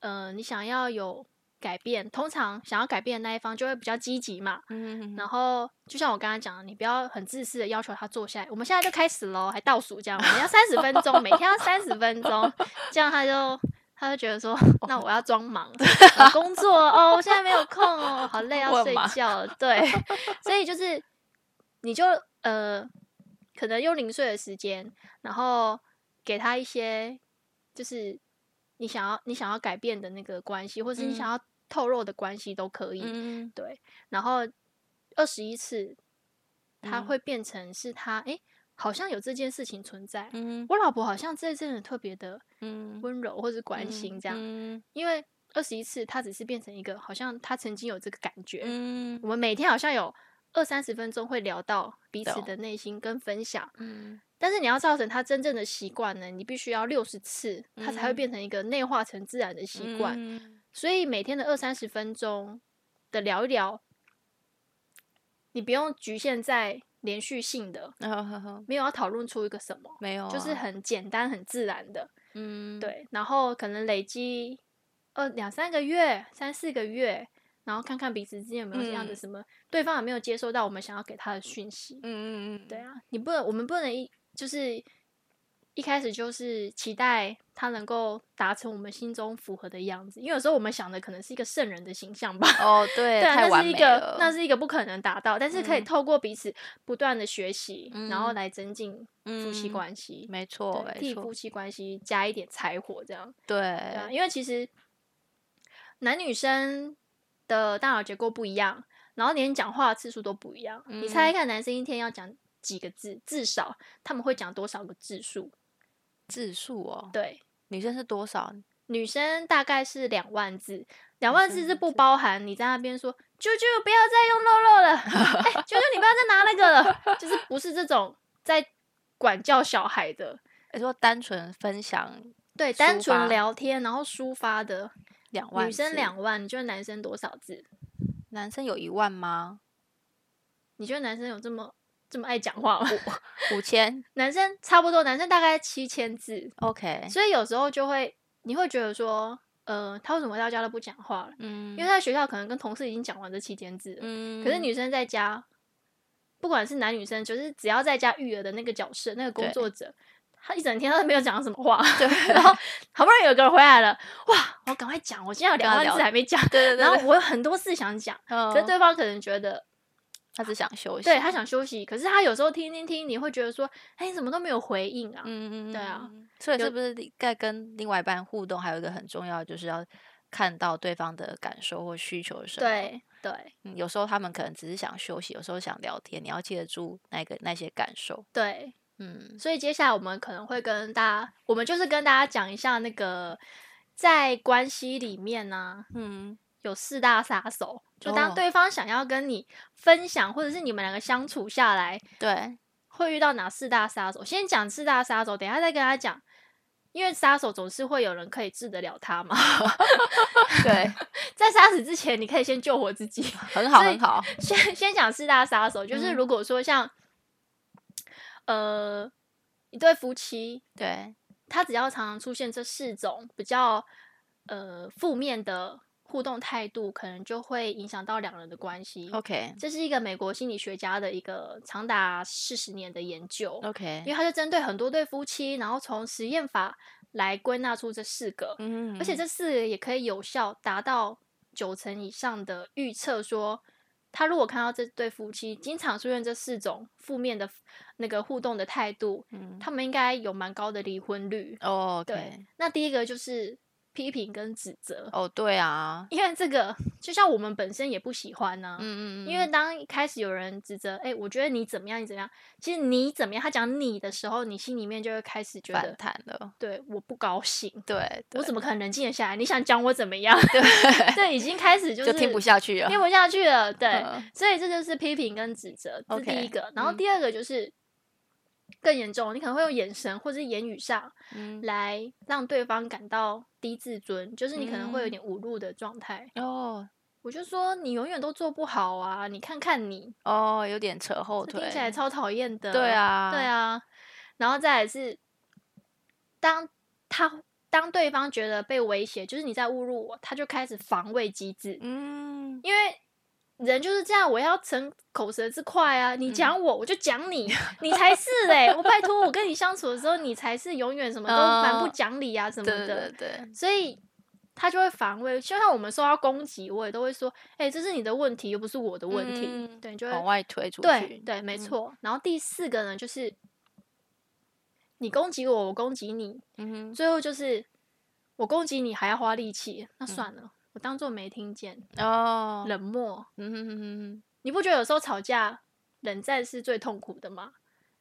Speaker 2: 呃，你想要有改变，通常想要改变的那一方就会比较积极嘛。
Speaker 1: 嗯，
Speaker 2: 然后就像我刚刚讲的，你不要很自私的要求他坐下来，我们现在就开始喽，还倒数这样，我们要三十分钟，每天要三十分钟，这样他就。他就觉得说，那我要装忙，我工作哦，我现在没有空哦，好 累，
Speaker 1: 我
Speaker 2: 要
Speaker 1: 很
Speaker 2: 睡
Speaker 1: 忙
Speaker 2: 觉了。对，所以就是你就呃，可能用零碎的时间，然后给他一些就是你想要你想要改变的那个关系，或是
Speaker 1: 嗯
Speaker 2: 你想要透露的关系都可以。
Speaker 1: 嗯
Speaker 2: 对，然后二十一次，它
Speaker 1: 嗯
Speaker 2: 会变成是他诶，好像有这件事情存在。
Speaker 1: 嗯
Speaker 2: 我老婆好像这真的特别的
Speaker 1: 嗯，
Speaker 2: 温柔或是关
Speaker 1: 嗯
Speaker 2: 心这样，
Speaker 1: 嗯
Speaker 2: 因为二十一次，它只是变成一个好像他曾经有这个感觉，
Speaker 1: 嗯
Speaker 2: 我们每天好像有二三十分钟会聊到彼此
Speaker 1: 懂
Speaker 2: 的内心跟分享，
Speaker 1: 嗯
Speaker 2: 但是你要造成他真正的习惯呢，你必须要六十次，他才会
Speaker 1: 嗯
Speaker 2: 变成一个内化成自然的习惯。
Speaker 1: 嗯
Speaker 2: 所以每天的二三十分钟的聊一聊，你不用局限在连续性的，
Speaker 1: 然后呵呵
Speaker 2: 没有要讨论出一个什么，
Speaker 1: 嗯 没有啊，
Speaker 2: 就是很简单、很自然的。
Speaker 1: 嗯，
Speaker 2: 对，然后可能累积呃两三个月、三四个月，然后看看彼此之间有没有这样的
Speaker 1: 嗯
Speaker 2: 什么，对方有没有接收到我们想要给他的讯息。
Speaker 1: 嗯，嗯嗯嗯，
Speaker 2: 对啊，你不能，我们不能一就是一开始就是期待他能够达成我们心中符合的样子，因为有时候我们想的可能是一个圣人的形象吧。
Speaker 1: 哦对，
Speaker 2: 对啊，
Speaker 1: 太
Speaker 2: 那
Speaker 1: 完
Speaker 2: 是一
Speaker 1: 美
Speaker 2: 个
Speaker 1: 了，
Speaker 2: 那是一个不可能达到，但是可以
Speaker 1: 嗯
Speaker 2: 透过彼此不断的学习，然后
Speaker 1: 嗯
Speaker 2: 来增进夫妻
Speaker 1: 嗯
Speaker 2: 关系，
Speaker 1: 没错
Speaker 2: 对
Speaker 1: 没
Speaker 2: 替
Speaker 1: 错
Speaker 2: 夫，妻关系加一点柴火，这样。对啊，
Speaker 1: 对，
Speaker 2: 因为其实男女生的大脑结构不一样，然后连讲话的次数都不一样。
Speaker 1: 嗯
Speaker 2: 你猜猜看，男生一天要讲几个字？至少他们会讲多少个字数？
Speaker 1: 字数哦，
Speaker 2: 对，
Speaker 1: 女生是多少？
Speaker 2: 女生大概是两万字，两万字
Speaker 1: 生
Speaker 2: 是
Speaker 1: 两
Speaker 2: 不包含你在那边说“啾啾，不要再用肉肉了”， 哎、啾啾，你不要再拿那个了”， 就是不是这种在管教小孩的，
Speaker 1: 你说单纯分享
Speaker 2: 对，单
Speaker 1: 抒发
Speaker 2: 纯聊天然后抒发的。
Speaker 1: 两万，
Speaker 2: 女生，两万，你觉得男生多少字？
Speaker 1: 男生有一万吗？
Speaker 2: 你觉得男生有这么这么爱讲话吗？
Speaker 1: 五千
Speaker 2: 男生差不多，男生大概七千字，
Speaker 1: ，OK，
Speaker 2: 所以有时候就会你会觉得说，呃，他为什么回到家都不讲话了？
Speaker 1: 嗯，
Speaker 2: 因为他在学校可能跟同事已经讲完这七千字了，
Speaker 1: 嗯，
Speaker 2: 可是女生在家，不管是男女生，就是只要在家育儿的那个角色，那个工
Speaker 1: 对
Speaker 2: 作者。他一整天他都没有讲什么话，
Speaker 1: 对，
Speaker 2: 然后好不容易有一个人回来了，哇！我赶快讲，我现在有
Speaker 1: 跟
Speaker 2: 两
Speaker 1: 他
Speaker 2: 万
Speaker 1: 聊
Speaker 2: 字还没讲，
Speaker 1: 对对对
Speaker 2: 然后我有很多事想讲，可是
Speaker 1: 嗯
Speaker 2: 对方可能觉得
Speaker 1: 他只想休息，
Speaker 2: 对他，想休息，可是他有时候听听听，你会觉得说，哎，你怎么都没有回应啊？
Speaker 1: 嗯嗯，
Speaker 2: 对啊
Speaker 1: 嗯，所以
Speaker 2: 有
Speaker 1: 是不是在跟另外一半互动，还有一个很重要，就是要看到对方的感受或需求是什么？
Speaker 2: 对对
Speaker 1: 嗯，有时候他们可能只是想休息，有时候想聊天，你要记得住那个那些感受。
Speaker 2: 对，
Speaker 1: 嗯，
Speaker 2: 所以接下来我们可能会跟大家，我们就是跟大家讲一下那个在关系里面呢、
Speaker 1: 嗯，
Speaker 2: 有四大杀手，就当
Speaker 1: 哦
Speaker 2: 对方想要跟你分享，或者是你们两个相处下来，
Speaker 1: 对，
Speaker 2: 会遇到哪四大杀手？先讲四大杀手，等一下再跟他讲，因为杀手总是会有人可以治得了他嘛。
Speaker 1: 对，
Speaker 2: 在杀死之前，你可以先救活自己。
Speaker 1: 很好
Speaker 2: 所以
Speaker 1: 很好，
Speaker 2: 先先讲四大杀手，就是
Speaker 1: 嗯
Speaker 2: 如果说像，呃，一对夫妻，
Speaker 1: 对，
Speaker 2: 他只要常常出现这四种比较呃负面的互动态度，可能就会影响到两人的关系。
Speaker 1: OK
Speaker 2: 这是一个美国心理学家的一个长达四十年的研究，因
Speaker 1: OK，
Speaker 2: 为他就针对很多对夫妻，然后从实验法来归纳出这四个，
Speaker 1: 嗯
Speaker 2: 而且这四个也可以有效达到九成以上的预测说。他如果看到这对夫妻经常出现这四种负面的那个互动的态度，
Speaker 1: 嗯
Speaker 2: 他们应该有蛮高的离婚率。
Speaker 1: 哦
Speaker 2: 对
Speaker 1: OK，，
Speaker 2: 那第一个就是批评跟指责，
Speaker 1: 哦对啊，
Speaker 2: 因为这个就像我们本身也不喜欢呢、
Speaker 1: 嗯嗯，
Speaker 2: 因为当一开始有人指责，哎、我觉得你怎么样，你怎么样，其实你怎么样，他讲你的时候，你心里面就会开始觉
Speaker 1: 反
Speaker 2: 得，
Speaker 1: 弹了，
Speaker 2: 对我不高兴，
Speaker 1: 对，
Speaker 2: 我
Speaker 1: 对
Speaker 2: 怎么可能冷静得下来？你想讲我怎么样？
Speaker 1: 对
Speaker 2: 对，已经开始就是
Speaker 1: 就听不下去了
Speaker 2: 听，不下去了，对，
Speaker 1: 嗯
Speaker 2: 所以这就是批评跟指责，这是
Speaker 1: OK，
Speaker 2: 第一个。然后
Speaker 1: 嗯
Speaker 2: 第二个就是更严重，你可能会用眼神或者是言语上
Speaker 1: 嗯
Speaker 2: 来让对方感到低自尊，就是你可能会有
Speaker 1: 嗯
Speaker 2: 点侮辱的状态。
Speaker 1: 哦
Speaker 2: 我就说你永远都做不好啊，你看看你，
Speaker 1: 哦，有点扯后
Speaker 2: 这
Speaker 1: 腿，
Speaker 2: 听起来超讨厌的。
Speaker 1: 对，啊，
Speaker 2: 对，啊。然后再来是，当他当对方觉得被威胁，就是你在侮辱我，他就开始防卫机制，
Speaker 1: 嗯，
Speaker 2: 因为。人就是这样，我要逞口舌之快啊！
Speaker 1: 嗯
Speaker 2: 你讲我，我就 讲你，你才是嘞、我拜托，我跟你相处的时候，你才是永远什么都蛮不
Speaker 1: 嗯
Speaker 2: 讲理啊，什么
Speaker 1: 对
Speaker 2: 的。
Speaker 1: 对对，
Speaker 2: 所以他就会防卫。就像我们受到攻击，我也都会说：“哎、这是你的问题，又不是我的问题。
Speaker 1: 嗯
Speaker 2: 对，你就
Speaker 1: 往
Speaker 2: 会
Speaker 1: 外推出去，
Speaker 2: 对对，没
Speaker 1: 嗯
Speaker 2: 错。然后第四个呢，就是你攻击我，我攻击你，
Speaker 1: 嗯
Speaker 2: 最后就是我攻击你还要花力气，
Speaker 1: 嗯
Speaker 2: 那算了，我当做没听见，
Speaker 1: 哼，哦，
Speaker 2: 冷漠。
Speaker 1: 嗯哼哼哼哼，
Speaker 2: 你不觉得有时候吵架？冷战是最痛苦的吗？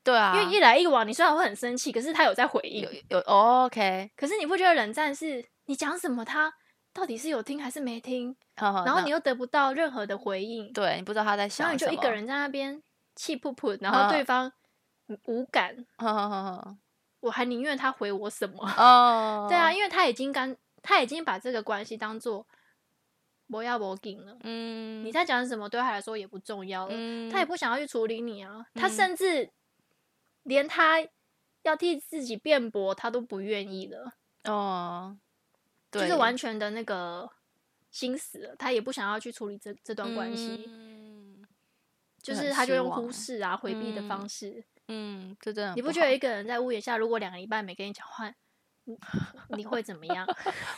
Speaker 1: 对啊，
Speaker 2: 因为一来一往，你虽然会很生气，可是他有在回应
Speaker 1: 有，有、哦、OK，
Speaker 2: 可是你不觉得冷战是你讲什么，他到底是有听还是没听？
Speaker 1: 然
Speaker 2: 然后你又得不到任何的回应，
Speaker 1: 对你不知道他在
Speaker 2: 然
Speaker 1: 想
Speaker 2: 后你就
Speaker 1: 什
Speaker 2: 一个
Speaker 1: 么，
Speaker 2: 人在那边气噗噗，然后对
Speaker 1: 嗯
Speaker 2: 方无感，
Speaker 1: 哼哼哼
Speaker 2: 我还宁愿他回我什么？
Speaker 1: 哼哦，
Speaker 2: 对啊，，因为他已经干，他已经把这个关系当做我要我紧了，
Speaker 1: 嗯，
Speaker 2: 你在讲什么对他来说也不重要了，
Speaker 1: 嗯，
Speaker 2: 他也不想要去处理你啊，他
Speaker 1: 嗯
Speaker 2: 甚至连他要替自己辩驳他都不愿意了，
Speaker 1: 哦，
Speaker 2: 就
Speaker 1: 对，
Speaker 2: 是完全的那个心死了，他也不想要去处理这这段关系。
Speaker 1: 嗯
Speaker 2: 就
Speaker 1: 就很
Speaker 2: 是他就
Speaker 1: 失
Speaker 2: 用
Speaker 1: 望欸
Speaker 2: 忽视啊、回避的方
Speaker 1: 嗯
Speaker 2: 式。
Speaker 1: 嗯，这真的
Speaker 2: 你
Speaker 1: 不
Speaker 2: 不觉
Speaker 1: 好
Speaker 2: 得一个人在屋檐下，如果两个礼拜没跟你讲话，你你会怎么 样？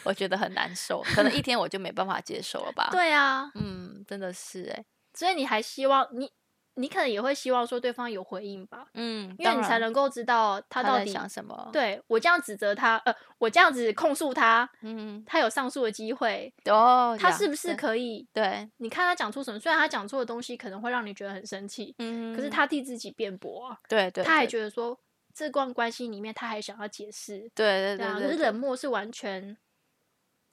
Speaker 1: 我觉得很难受，可能一天我就没办法接受了吧。，
Speaker 2: 对啊，
Speaker 1: 嗯，真的是哎、
Speaker 2: 所以你还希望你，你可能也会希望说对方有回应吧，
Speaker 1: 嗯，
Speaker 2: 因为
Speaker 1: 当
Speaker 2: 你才
Speaker 1: 然
Speaker 2: 能够知道他
Speaker 1: 他
Speaker 2: 到
Speaker 1: 在
Speaker 2: 底
Speaker 1: 想什么。，
Speaker 2: 对我这样指责他，呃，我这样子控诉他，
Speaker 1: 嗯，
Speaker 2: 他有上诉的机会，
Speaker 1: 哦，
Speaker 2: 他
Speaker 1: 呀
Speaker 2: 是不是
Speaker 1: 对
Speaker 2: 可以？
Speaker 1: 对，
Speaker 2: 你看他讲出什么？虽然他讲出的东西可能会让你觉得很生气，
Speaker 1: 嗯，
Speaker 2: 可是他替自己辩驳啊，
Speaker 1: 对对，
Speaker 2: 他还
Speaker 1: 对
Speaker 2: 觉得说这段关系里面他还想要解释，
Speaker 1: 对
Speaker 2: 对
Speaker 1: 对
Speaker 2: 啊，
Speaker 1: 对
Speaker 2: 可
Speaker 1: 对，
Speaker 2: 是
Speaker 1: 对
Speaker 2: 冷漠是完全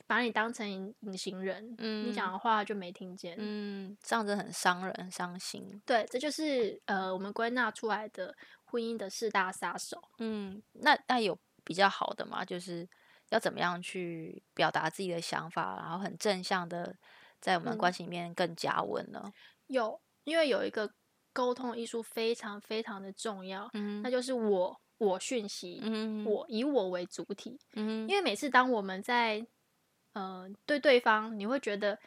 Speaker 2: 把你当成隐隐形人，你讲的话就没听见。
Speaker 1: 嗯，这样子很伤人、很伤心。
Speaker 2: 对，这就是呃我们归纳出来的婚姻的四大杀手。
Speaker 1: 嗯，那那有比较好的吗？就是要怎么样去表达自己的想法，然后很正向的在我们的关
Speaker 2: 嗯
Speaker 1: 系里面更加温呢？
Speaker 2: 有，因为有一个沟通艺术非常非常的重要，
Speaker 1: 嗯
Speaker 2: 那就是我我讯息，
Speaker 1: 嗯
Speaker 2: 我以我为主体，
Speaker 1: 嗯
Speaker 2: 因为每次当我们在呃对对方，你会觉得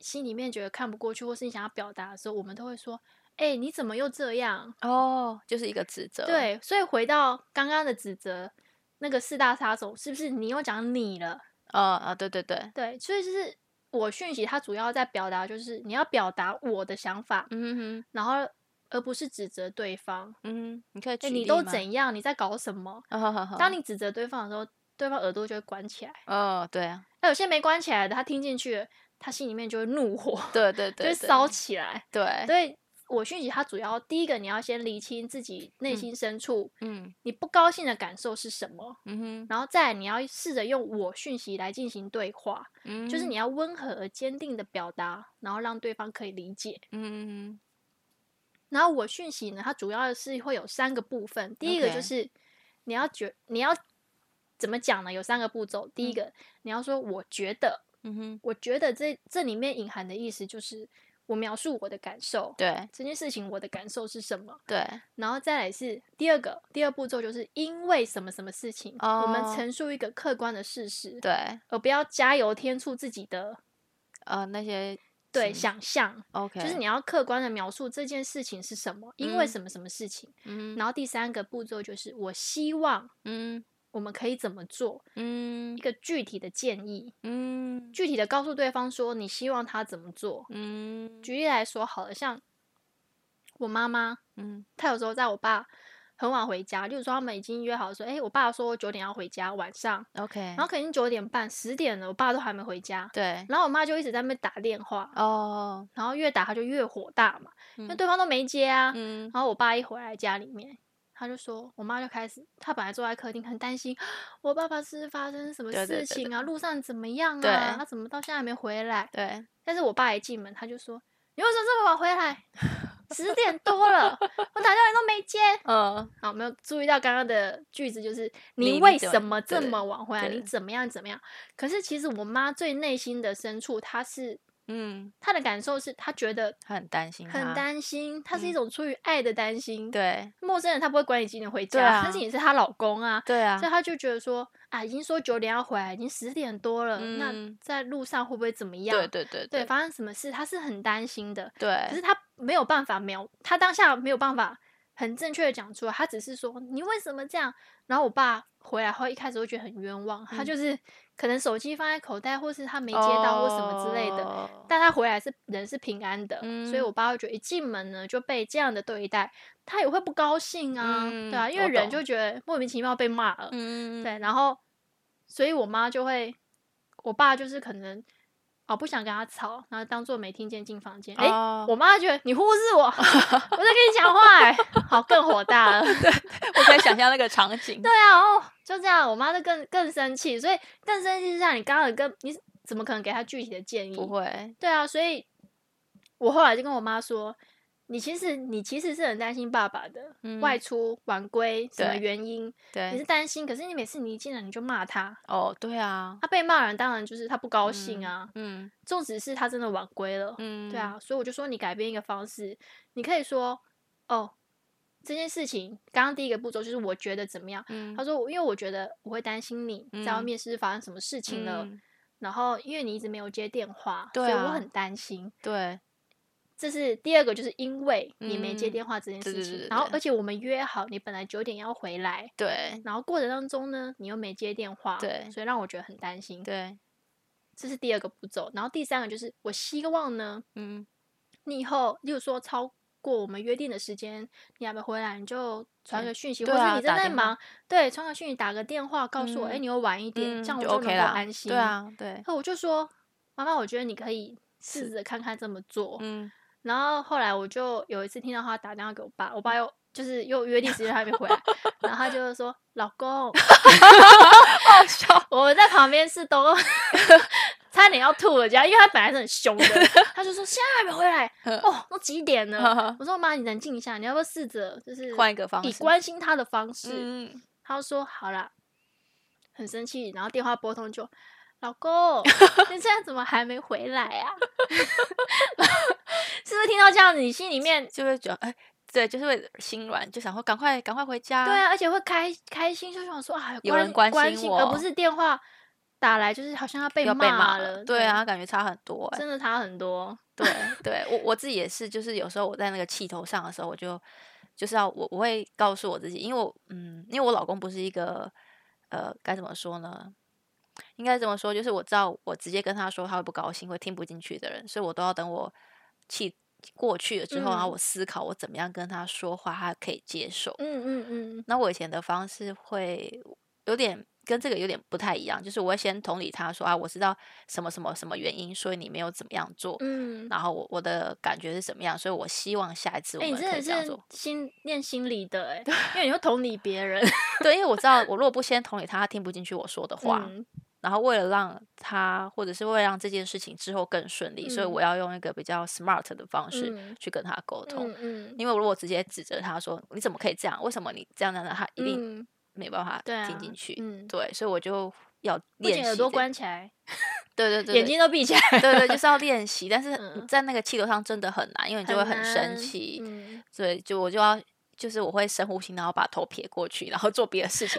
Speaker 2: 心里面觉得看不过去，或是你想要表达的时候，我们都会说：“哎、你怎么又这样？”
Speaker 1: 哦，就是一个指责。，
Speaker 2: 对，所以回到刚刚的指责，那个四大杀手是不是你又讲你了？
Speaker 1: 哦啊，对对对，
Speaker 2: 对，所以就是我讯息，它主要在表达就是你要表达我的想法，
Speaker 1: 嗯哼
Speaker 2: 然后而不是指责对方。
Speaker 1: 嗯哼，你可以举
Speaker 2: 哎、
Speaker 1: 例
Speaker 2: 你都
Speaker 1: 吗？
Speaker 2: 怎样？你在搞什么？
Speaker 1: 啊哈哈哈
Speaker 2: 当你指责对方的时候，对方耳朵就会关起来。
Speaker 1: 哦，对啊，
Speaker 2: 那有些没关起来的，他听进去了，他心里面就会怒火，
Speaker 1: 对对
Speaker 2: 就
Speaker 1: 对，
Speaker 2: 会
Speaker 1: 对
Speaker 2: 烧起来。
Speaker 1: 对，
Speaker 2: 所以我讯息它主要第一个，你要先厘清自己内
Speaker 1: 嗯
Speaker 2: 心深处、
Speaker 1: 嗯
Speaker 2: 你不高兴的感受是什么。
Speaker 1: 嗯
Speaker 2: 然后再来你要试着用我讯息来进行对话，
Speaker 1: 哼，
Speaker 2: 就是
Speaker 1: 嗯
Speaker 2: 你要温和而坚定的表达，然后让对方可以理解。
Speaker 1: 嗯嗯嗯
Speaker 2: 然后我讯息呢，它主要是会有三个部分，第一个就
Speaker 1: OK
Speaker 2: 是你要觉你要怎么讲呢？有三个步骤，第一个、你要说我觉得，
Speaker 1: 嗯哼，
Speaker 2: 我觉得这这里面隐含的意思就是我描述我的感受，
Speaker 1: 对
Speaker 2: 这件事情我的感受是什么。
Speaker 1: 对，
Speaker 2: 然后再来是第二个，第二步骤就是因为什么什么事情，我们
Speaker 1: 哦
Speaker 2: 陈述一个客观的事实，
Speaker 1: 对，
Speaker 2: 而不要加油添醋自己的
Speaker 1: 呃，那些
Speaker 2: 对
Speaker 1: 嗯
Speaker 2: 想象，
Speaker 1: OK，
Speaker 2: 就是你要客观的描述这件事情是什么，因为
Speaker 1: 嗯
Speaker 2: 什么什么事情。
Speaker 1: 嗯哼
Speaker 2: 然后第三个步骤就是我希望
Speaker 1: 嗯
Speaker 2: 我们可以怎么做，
Speaker 1: 嗯
Speaker 2: 一个具体的建议，
Speaker 1: 嗯
Speaker 2: 具体的告诉对方说你希望他怎么做。
Speaker 1: 嗯
Speaker 2: 举例来说，好了，像我妈妈，
Speaker 1: 嗯
Speaker 2: 他有时候在我爸很晚回家，例如说他们已经约好说，哎、我爸说九点要回家，晚上，
Speaker 1: ，OK，
Speaker 2: 然后可能九点半、十点了，我爸都还没回家，
Speaker 1: 对，
Speaker 2: 然后我妈就一直在那边打电话，
Speaker 1: 哦，
Speaker 2: 然后越打他就越火大嘛，因为
Speaker 1: 嗯
Speaker 2: 对方都没接啊。
Speaker 1: 嗯
Speaker 2: 然后我爸一回来家里面，他就说，我妈就开始，他本来坐在客厅很担心，我爸爸是发生什么
Speaker 1: 对对
Speaker 2: 事
Speaker 1: 对
Speaker 2: 情啊，路上怎么样
Speaker 1: 对
Speaker 2: 啊，他怎么到现在还没回来？
Speaker 1: 对，
Speaker 2: 但是我爸一进门，他就说：“你为什么这么晚回来？ 十点多了，我打电话你都没接。
Speaker 1: 嗯”
Speaker 2: 好，没有注意到刚刚的句子，就是
Speaker 1: 你
Speaker 2: 你
Speaker 1: 你
Speaker 2: 为
Speaker 1: 怎
Speaker 2: 什
Speaker 1: 么
Speaker 2: 么
Speaker 1: 对
Speaker 2: 这
Speaker 1: 对
Speaker 2: 么晚回来？
Speaker 1: 对
Speaker 2: 你怎么样怎么样？可是其实我妈最内心的深处，她是
Speaker 1: 嗯，
Speaker 2: 她的感受是，她觉得
Speaker 1: 他很担心他，
Speaker 2: 很担心，她是一
Speaker 1: 嗯
Speaker 2: 种出于爱的担心。
Speaker 1: 对
Speaker 2: 陌生人她不会管你几点回家，
Speaker 1: 对啊
Speaker 2: 但是你是她老公啊，
Speaker 1: 对啊
Speaker 2: 所，以她就觉得说啊，已经说九点要回来，已经十点多了，那
Speaker 1: 嗯
Speaker 2: 在路上会不会怎么样？
Speaker 1: 对对对
Speaker 2: 对，
Speaker 1: 对
Speaker 2: 发生什么事，他是很担心的，可
Speaker 1: 对
Speaker 2: 是他没有办法描，他当下没有办法很正确的讲出来，他只是说你为什么这样？然后我爸回来后一开始会觉得很冤枉，
Speaker 1: 嗯
Speaker 2: 他就是可能手机放在口袋，或是他没接到或什么之类的，
Speaker 1: 哦
Speaker 2: 但他回来是人是平安的，所以
Speaker 1: 嗯
Speaker 2: 我爸会觉得一进门呢就被这样的对待，他也会不高兴啊，对啊，
Speaker 1: 嗯
Speaker 2: 因为
Speaker 1: 我
Speaker 2: 人
Speaker 1: 懂
Speaker 2: 就觉得莫名其妙被骂了，
Speaker 1: 嗯，
Speaker 2: 对，然后所以我妈就会，我爸就是可能哦不想跟他吵，然后当做没听见进房间。诶，
Speaker 1: 哦
Speaker 2: 我妈觉得你忽视 我，我在跟你讲话、欸， 好更火大了。 对
Speaker 1: 我可以想象那个场景，
Speaker 2: 啊，哦，就这样，我妈就更更生气，所以更生气是让你刚刚跟你怎么可能给她具体的建议？
Speaker 1: 不会，
Speaker 2: 对啊，所以我后来就跟我妈说。你其实你其实是很担心爸爸的、
Speaker 1: 嗯
Speaker 2: 外出晚归什么
Speaker 1: 对
Speaker 2: 原因，你是
Speaker 1: 对，
Speaker 2: 担心，可是你每次你一进来你就骂他，
Speaker 1: 哦，对啊，
Speaker 2: 他被骂人，当然就是他不高兴
Speaker 1: 嗯
Speaker 2: 啊。
Speaker 1: 嗯
Speaker 2: 纵使是他真的晚归了，
Speaker 1: 嗯，
Speaker 2: 对，啊，所以我就说你改变一个方式，你可以说哦，这件事情刚刚第一个步骤就是我觉得怎么样。
Speaker 1: 嗯，
Speaker 2: 他说我，因为我觉得我会担心你在外
Speaker 1: 嗯
Speaker 2: 面是不是发生什么事情了，
Speaker 1: 嗯
Speaker 2: 然后因为你一直没有接电话，
Speaker 1: 对
Speaker 2: 所以我
Speaker 1: 啊
Speaker 2: 很担心。
Speaker 1: 对
Speaker 2: 这是第二个，就是因为你没接
Speaker 1: 嗯
Speaker 2: 电话这件
Speaker 1: 对
Speaker 2: 事
Speaker 1: 对
Speaker 2: 情，
Speaker 1: 对对
Speaker 2: 然后
Speaker 1: 对
Speaker 2: 而且我们约好你本来九点要回来，
Speaker 1: 对
Speaker 2: 然后过程当中呢你又没接电话，
Speaker 1: 对
Speaker 2: 所以让我觉得很担心。
Speaker 1: 对，
Speaker 2: 这是第二个步骤。然后第三个就是，我希望呢，
Speaker 1: 嗯
Speaker 2: 你以后，例如说超过我们约定的时间，你还没回来，你就传
Speaker 1: 对
Speaker 2: 个讯息，
Speaker 1: 对
Speaker 2: 或者
Speaker 1: 啊
Speaker 2: 你正
Speaker 1: 打
Speaker 2: 在
Speaker 1: 电话
Speaker 2: 忙，对，传个讯息，打个电话告诉我，哎、
Speaker 1: 嗯
Speaker 2: 你又晚一点，
Speaker 1: 嗯，
Speaker 2: 这样我
Speaker 1: 就
Speaker 2: 能够
Speaker 1: OK 啦，
Speaker 2: 安心。哦
Speaker 1: 对，啊，对，
Speaker 2: 那我就说，妈妈，我觉得你可以试着看看这么做。
Speaker 1: 嗯
Speaker 2: 然后后来我就有一次听到他打电话给我爸，我
Speaker 1: 嗯
Speaker 2: 爸又。就是又约定时间还没回来，然后他就说：“老公，
Speaker 1: 好笑，
Speaker 2: 我在旁边是都 差点要吐了，这样，因为他本来是很凶的，他就说现在还没回 来，
Speaker 1: 嗯
Speaker 2: 哦，都几点了？我说妈，你冷静一下，你要不要试着就是
Speaker 1: 换一个方
Speaker 2: 以
Speaker 1: 式，
Speaker 2: 关心他的方式？
Speaker 1: 嗯，
Speaker 2: 他就说好啦，很生气，然后电话拨通就。老公，你现在怎么还没回来啊？ 是不是听到这样，你心里面
Speaker 1: 就会觉得哎。对，就是会心软，就想说赶快赶快回家。
Speaker 2: 对啊，而且会开开心，就想说啊，
Speaker 1: 有人
Speaker 2: 关
Speaker 1: 关
Speaker 2: 关
Speaker 1: 心
Speaker 2: 心，而不
Speaker 1: 我
Speaker 2: 是电话打来，就是好像要被
Speaker 1: 要被骂
Speaker 2: 了。
Speaker 1: 对啊，，感觉差很多、欸。
Speaker 2: 真的差很多。
Speaker 1: 对对，我我自己也是，就是有时候我在那个气头上的时候，我就就是要我我会告诉我自己，因为我嗯，因为我老公不是一个呃该怎么说呢？应该怎么说？就是我知道我直接跟他说他会不高兴，会听不进去的人，所以我都要等我气过去了之后，然后
Speaker 2: 嗯
Speaker 1: 我思考我怎么样跟他说话，他可以接受。
Speaker 2: 嗯嗯嗯，
Speaker 1: 那我以前的方式会有点跟这个有点不太一样，就是我会先同理他说啊，我知道什么什么什么原因，所以你没有怎么样做，
Speaker 2: 嗯，
Speaker 1: 然后我我的感觉是怎么样，所以我希望下一次我
Speaker 2: 哎、你
Speaker 1: 们
Speaker 2: 真
Speaker 1: 可
Speaker 2: 的
Speaker 1: 以这样
Speaker 2: 是
Speaker 1: 做。
Speaker 2: 心练心理的哎、因为你会同理别人
Speaker 1: 对，因为我知道我如果不先同理他，他听不进去我说的话，
Speaker 2: 嗯
Speaker 1: 然后为了让他，或者是为了让这件事情之后更顺利，所以
Speaker 2: 嗯
Speaker 1: 我要用一个比较 smart 的方式
Speaker 2: 嗯
Speaker 1: 去跟他沟通。
Speaker 2: 嗯嗯，
Speaker 1: 因为如果直接指责他说你怎么可以这样，为什么你这样这样，这样他一定
Speaker 2: 嗯
Speaker 1: 没办法
Speaker 2: 对啊
Speaker 1: 听进去。
Speaker 2: 嗯，
Speaker 1: 对，所以我就要
Speaker 2: 不
Speaker 1: 练习
Speaker 2: 仅
Speaker 1: 这，
Speaker 2: 耳朵关起来，
Speaker 1: 对，对对对，
Speaker 2: 眼睛都 闭起来，
Speaker 1: 对对，就是要练习，但是
Speaker 2: 嗯
Speaker 1: 在那个气头上真的很难，因为你就会很生
Speaker 2: 难
Speaker 1: 气，
Speaker 2: 嗯
Speaker 1: 所以就我就要。就是我会深呼吸，然后把头撇过去，然后做别的事 情，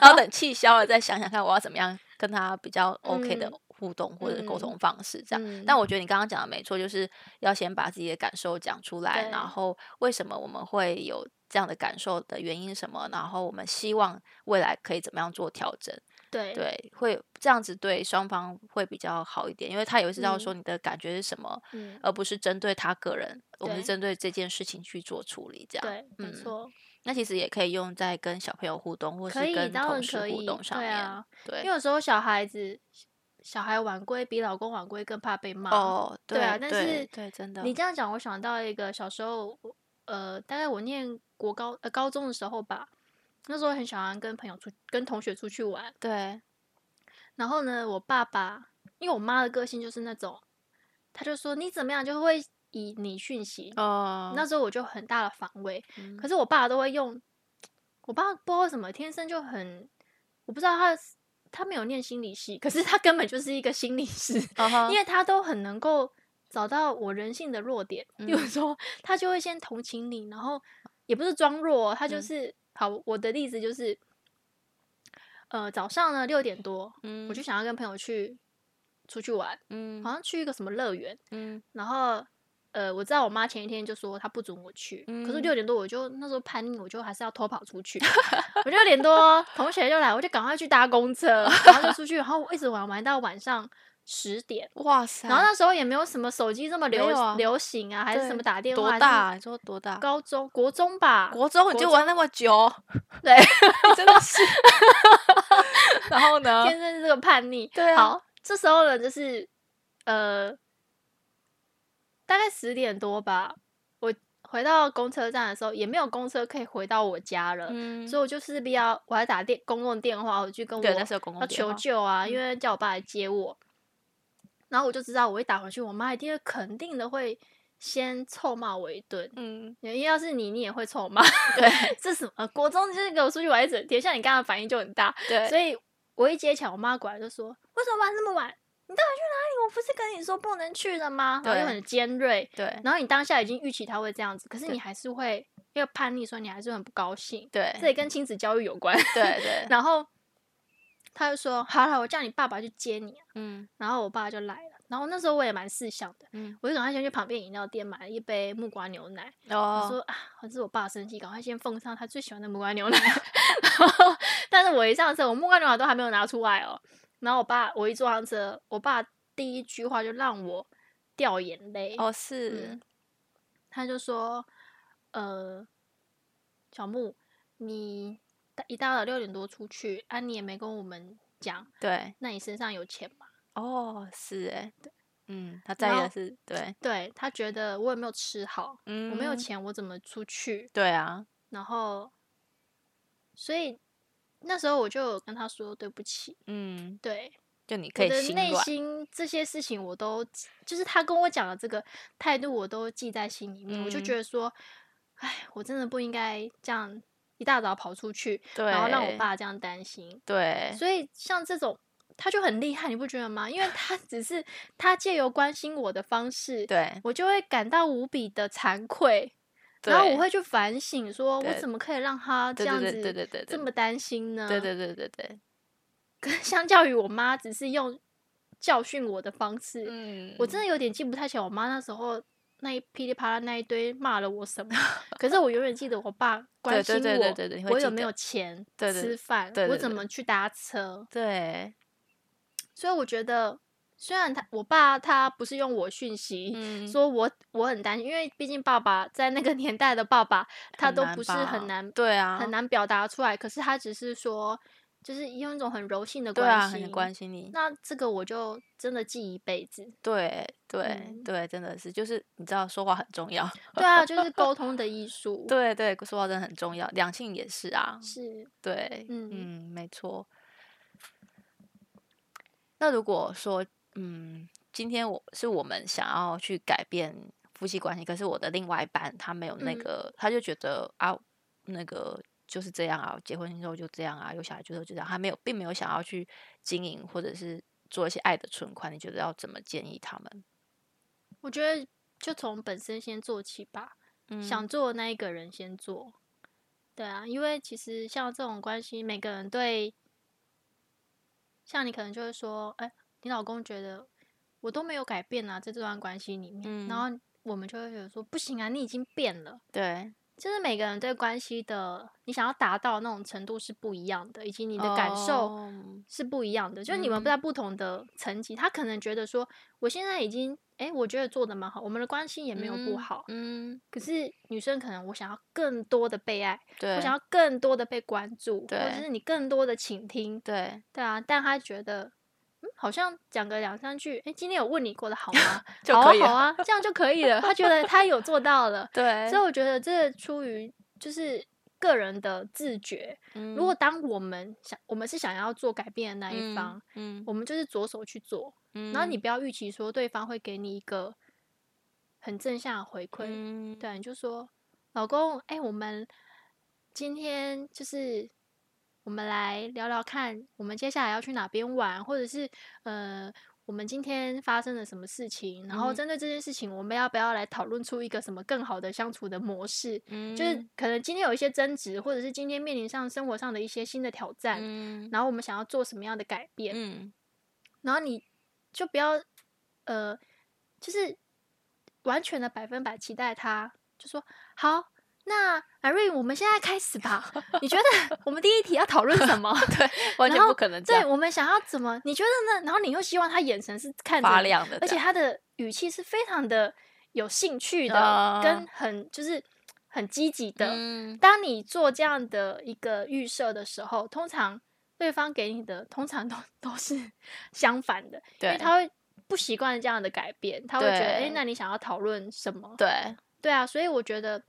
Speaker 1: 然后等气消了再想想看我要怎么样跟他比较 OK 的
Speaker 2: 嗯
Speaker 1: 互动或者沟
Speaker 2: 嗯
Speaker 1: 通方式这样。
Speaker 2: 嗯
Speaker 1: 但我觉得你刚刚讲的没错，就是要先把自己的感受讲出来，
Speaker 2: 对
Speaker 1: 然后为什么我们会有这样的感受的原因是什么，然后我们希望未来可以怎么样做调整。
Speaker 2: 对
Speaker 1: 对，会这样子对双方会比较好一点，因为他也会知道说你的感觉是什么，
Speaker 2: 嗯
Speaker 1: 而不是针对他个人，我们是
Speaker 2: 对
Speaker 1: 针对这件事情去做处理。这样，
Speaker 2: 对，没
Speaker 1: 嗯
Speaker 2: 错，
Speaker 1: 那其实也可以用在跟小朋友互动，或是
Speaker 2: 可以
Speaker 1: 跟
Speaker 2: 当
Speaker 1: 同
Speaker 2: 然
Speaker 1: 事
Speaker 2: 可
Speaker 1: 互
Speaker 2: 以，
Speaker 1: 动上
Speaker 2: 对
Speaker 1: 面。
Speaker 2: 啊，
Speaker 1: 对,、
Speaker 2: 因为有时候小孩子小孩晚归比老公晚归更怕被骂，
Speaker 1: 哦，
Speaker 2: 对啊但
Speaker 1: 对
Speaker 2: 是
Speaker 1: 对，真的，
Speaker 2: 你这样讲，我想到一个小时候，我呃，大概我念国高呃高中的时候吧，那时候很喜欢跟朋友出跟同学出去玩。
Speaker 1: 对，
Speaker 2: 然后呢，我爸爸因为我妈的个性就是那种，他就说你怎么样就会以你讯息。
Speaker 1: 哦，
Speaker 2: 那时候我就很大的防卫，
Speaker 1: 嗯
Speaker 2: 可是我爸都会用，我爸不知道为什么天生就很，我不知道他是他没有念心理系，可是他根本就是一个心理师。
Speaker 1: 嗯哼
Speaker 2: 因为他都很能够找到我人性的弱点。比如
Speaker 1: 嗯
Speaker 2: 说，他就会先同情你，然后也不是装弱哦，他就
Speaker 1: 嗯
Speaker 2: 是、好。我的例子就是，呃，早上呢六点多，
Speaker 1: 嗯
Speaker 2: 我就想要跟朋友去出去玩，
Speaker 1: 嗯
Speaker 2: 好像去一个什么乐园，
Speaker 1: 嗯
Speaker 2: 然后。呃，我知道我妈前一天就说她不准我去，可是
Speaker 1: 嗯
Speaker 2: 六点多我就那时候叛逆，我就还是要偷跑出去。我六点多哦同学就来，我就赶快去搭公车，然后就出去，然后我一直玩玩到晚上十点，
Speaker 1: 哇塞，
Speaker 2: 然后那时候也没有什么手机这么
Speaker 1: 没
Speaker 2: 流、
Speaker 1: 有啊
Speaker 2: 流行啊，还是什么
Speaker 1: 对
Speaker 2: 打电话？
Speaker 1: 多
Speaker 2: 还是
Speaker 1: 大啊？你说多大？
Speaker 2: 高中、国中吧。
Speaker 1: 国中你
Speaker 2: 国
Speaker 1: 就玩那么久，
Speaker 2: 对，
Speaker 1: 你 真的 是。然后呢？
Speaker 2: 天生是个叛逆。
Speaker 1: 对啊
Speaker 2: 好，这时候呢，就是呃，大概十点多吧，我回到公车站的时候，也没有公车可以回到我家了，
Speaker 1: 嗯
Speaker 2: 所以我就势必要我还打电公共电话，我去跟我
Speaker 1: 对，那时候公共
Speaker 2: 要
Speaker 1: 电
Speaker 2: 求
Speaker 1: 话
Speaker 2: 救啊，
Speaker 1: 嗯
Speaker 2: 因为叫我爸来接我。然后我就知道，我一打回去，我妈一定会肯定的会先臭骂我一顿，
Speaker 1: 嗯，
Speaker 2: 因为要是你，你也会臭 骂。
Speaker 1: 对
Speaker 2: 这什么？呃国中就是给我出去玩一整天，像你刚刚的反应就很大，
Speaker 1: 对，
Speaker 2: 所以我一接起来，我妈过来就说：“为什么玩这么晚？你到底去哪里？我不是跟你说不能去的吗？”然后又
Speaker 1: 对
Speaker 2: 很尖锐，
Speaker 1: 对
Speaker 2: 然后你当下已经预期他会这样子，可是
Speaker 1: 对
Speaker 2: 你还是会因为叛逆，所以你还是很不高兴。
Speaker 1: 对
Speaker 2: 这也跟亲子教育有关。
Speaker 1: 对对，
Speaker 2: 然后他就说：“好了，我叫你爸爸去接你啊。
Speaker 1: 嗯”
Speaker 2: 然后我爸就来了。然后那时候我也蛮识相的，
Speaker 1: 嗯，
Speaker 2: 我就赶快先去旁边饮料店买了一杯木瓜牛奶。我说
Speaker 1: 哦，
Speaker 2: 啊，还是我爸生气，赶快先奉上他最喜欢的木瓜牛奶。然后，但是我一上车，我木瓜牛奶都还没有拿出来哦。然后我爸，我一坐上车，我爸第一句话就让我掉眼泪。
Speaker 1: 哦是
Speaker 2: 嗯，他就说：“呃，小木，你大一大早六点多出去，啊，你也没跟我们讲，
Speaker 1: 对，
Speaker 2: 那你身上有钱吗？
Speaker 1: 哦是哎，嗯，他在
Speaker 2: 然
Speaker 1: 意的
Speaker 2: 后
Speaker 1: 是对，
Speaker 2: 对他觉得我也没有吃好，
Speaker 1: 嗯，
Speaker 2: 我没有，钱，我怎么出去？
Speaker 1: 对啊，
Speaker 2: 然后，所以那时候我就有跟他说对不起，
Speaker 1: 嗯，
Speaker 2: 对，
Speaker 1: 就你可
Speaker 2: 我
Speaker 1: 以
Speaker 2: 的
Speaker 1: 心
Speaker 2: 内
Speaker 1: 软，
Speaker 2: 心这些事情我都，就是他跟我讲的这个态度，我都记在心里面。我就
Speaker 1: 嗯
Speaker 2: 觉得说，哎，我真的不应该这样一大早跑出去，
Speaker 1: 对，
Speaker 2: 然后让我，爸这样担心。
Speaker 1: 对，
Speaker 2: 所以像这种。他就很厉害，你不觉得吗？因为他只是他借由关心我的方式，
Speaker 1: 对，
Speaker 2: 我就会感到无比的惭愧，然后我会去反省，说我
Speaker 1: 对
Speaker 2: 怎么可以让他这
Speaker 1: 对
Speaker 2: 样
Speaker 1: 对
Speaker 2: 子
Speaker 1: 对对对对，
Speaker 2: 这
Speaker 1: 对
Speaker 2: 么担心呢？
Speaker 1: 对对对对对，
Speaker 2: 可是相较于我妈，只是用教训我的方式，
Speaker 1: 嗯，
Speaker 2: 我真的有点记不太起来我妈那时候那一噼里啪啦那一堆骂了我什么。可是我永远记得我爸关
Speaker 1: 对
Speaker 2: 心
Speaker 1: 对
Speaker 2: 我，
Speaker 1: 对对对对，你会
Speaker 2: 我
Speaker 1: 记
Speaker 2: 有没
Speaker 1: 得
Speaker 2: 有钱
Speaker 1: 对对
Speaker 2: 吃饭，
Speaker 1: 对
Speaker 2: 我
Speaker 1: 对
Speaker 2: 怎
Speaker 1: 对
Speaker 2: 么去搭车。
Speaker 1: 对，
Speaker 2: 所以我觉得，虽然他我爸他不是用我讯息，
Speaker 1: 嗯，
Speaker 2: 说我我很担心，因为毕竟爸爸在那个年代的爸爸，他
Speaker 1: 很
Speaker 2: 都
Speaker 1: 难
Speaker 2: 不是
Speaker 1: 吧
Speaker 2: 很难
Speaker 1: 对啊，
Speaker 2: 很，难表达出来，可是他只是说，就是用一种很柔性的
Speaker 1: 对
Speaker 2: 关
Speaker 1: 啊，
Speaker 2: 心。
Speaker 1: 很关心你，
Speaker 2: 那这个我就真的记一辈子。
Speaker 1: 对对
Speaker 2: 嗯
Speaker 1: 对，真的是，就是你知道说话很重要，
Speaker 2: 对 啊，就是沟通的艺术。，
Speaker 1: 对对，说话真的很重要，两性也是啊，
Speaker 2: 是，
Speaker 1: 对，
Speaker 2: 嗯
Speaker 1: 嗯，没错。那如果说，嗯，今天我是我们想要去改变夫妻关系，可是我的另外一半他没有那
Speaker 2: 嗯
Speaker 1: 个，他就觉得啊，那个就是这样啊，结婚之后就这样啊，有小孩之后就这样，他没有，并没有想要去经营或者是做一些爱的存款，你觉得要怎么建议他们？
Speaker 2: 我觉得就从本身先做起吧，
Speaker 1: 嗯
Speaker 2: 想做的那一个人先做。对啊，因为其实像这种关系，每个人对，像你可能就会说，哎、你老公觉得我都没有改变啊，在这段关系里面，
Speaker 1: 嗯
Speaker 2: 然后我们就会觉得说，不行啊，你已经变了。
Speaker 1: 对
Speaker 2: 就是每个人对关系的你想要达到那种程度是不一样的，以及你的感受
Speaker 1: 哦
Speaker 2: 是不一样的。就是你
Speaker 1: 嗯
Speaker 2: 们在不同的层级，他可能觉得说，我现在已经，诶，我觉得做的蛮好，我们的关系也没有不
Speaker 1: 嗯
Speaker 2: 好。
Speaker 1: 嗯，
Speaker 2: 可是女生可能我想要更多的被爱，
Speaker 1: 对，
Speaker 2: 我想要更多的被关注，或者
Speaker 1: 对
Speaker 2: 是你更多的倾听，
Speaker 1: 对
Speaker 2: 对啊。但他觉得，嗯，好像讲个两三句，诶，今天有问你过得好吗？
Speaker 1: 就
Speaker 2: 好
Speaker 1: 可
Speaker 2: 啊
Speaker 1: 以
Speaker 2: 好
Speaker 1: 了
Speaker 2: 啊，这样就可以了。他觉得他有做到了。
Speaker 1: 对，
Speaker 2: 所以我觉得这出于就是个人的自觉。如果当我们想我们是想要做改变的那一方，，
Speaker 1: 嗯嗯
Speaker 2: 我们就是着手去做，
Speaker 1: 嗯，
Speaker 2: 然后你不要预期说对方会给你一个很正向的回馈，
Speaker 1: 嗯，
Speaker 2: 对啊，你就说老公，哎、我们今天就是。我们来聊聊看，我们接下来要去哪边玩，或者是呃，我们今天发生了什么事情，然
Speaker 1: 嗯
Speaker 2: 后针对这件事情，我们要不要来讨论出一个什么更好的相处的模式？
Speaker 1: 嗯，
Speaker 2: 就是可能今天有一些争执，或者是今天面临上生活上的一些新的挑战，
Speaker 1: 嗯
Speaker 2: 然后我们想要做什么样的改变，
Speaker 1: 嗯
Speaker 2: 然后你就不要呃，就是完全的百分百期待他，就说好。那阿瑞，我们现在开始吧。你觉得我们第一题要讨论 什么？
Speaker 1: 对，完全
Speaker 2: 然
Speaker 1: 不
Speaker 2: 后
Speaker 1: 可能这
Speaker 2: 对，
Speaker 1: 样
Speaker 2: 我们想要怎么？你觉得呢？然后你又希望他眼神是看着
Speaker 1: 发
Speaker 2: 你，
Speaker 1: 亮的这
Speaker 2: 而且
Speaker 1: 样，
Speaker 2: 他的语气是非常的有兴趣的，
Speaker 1: 啊
Speaker 2: 跟很就是很积极的。
Speaker 1: 嗯
Speaker 2: 当你做这样的一个预设的时候，通常对方给你的通常都 都是相反的，因
Speaker 1: 对
Speaker 2: 为他会不习惯这样的改变，他会觉得，哎、
Speaker 1: 对
Speaker 2: 那你想要讨论什么？
Speaker 1: 对
Speaker 2: 对啊，所以我觉得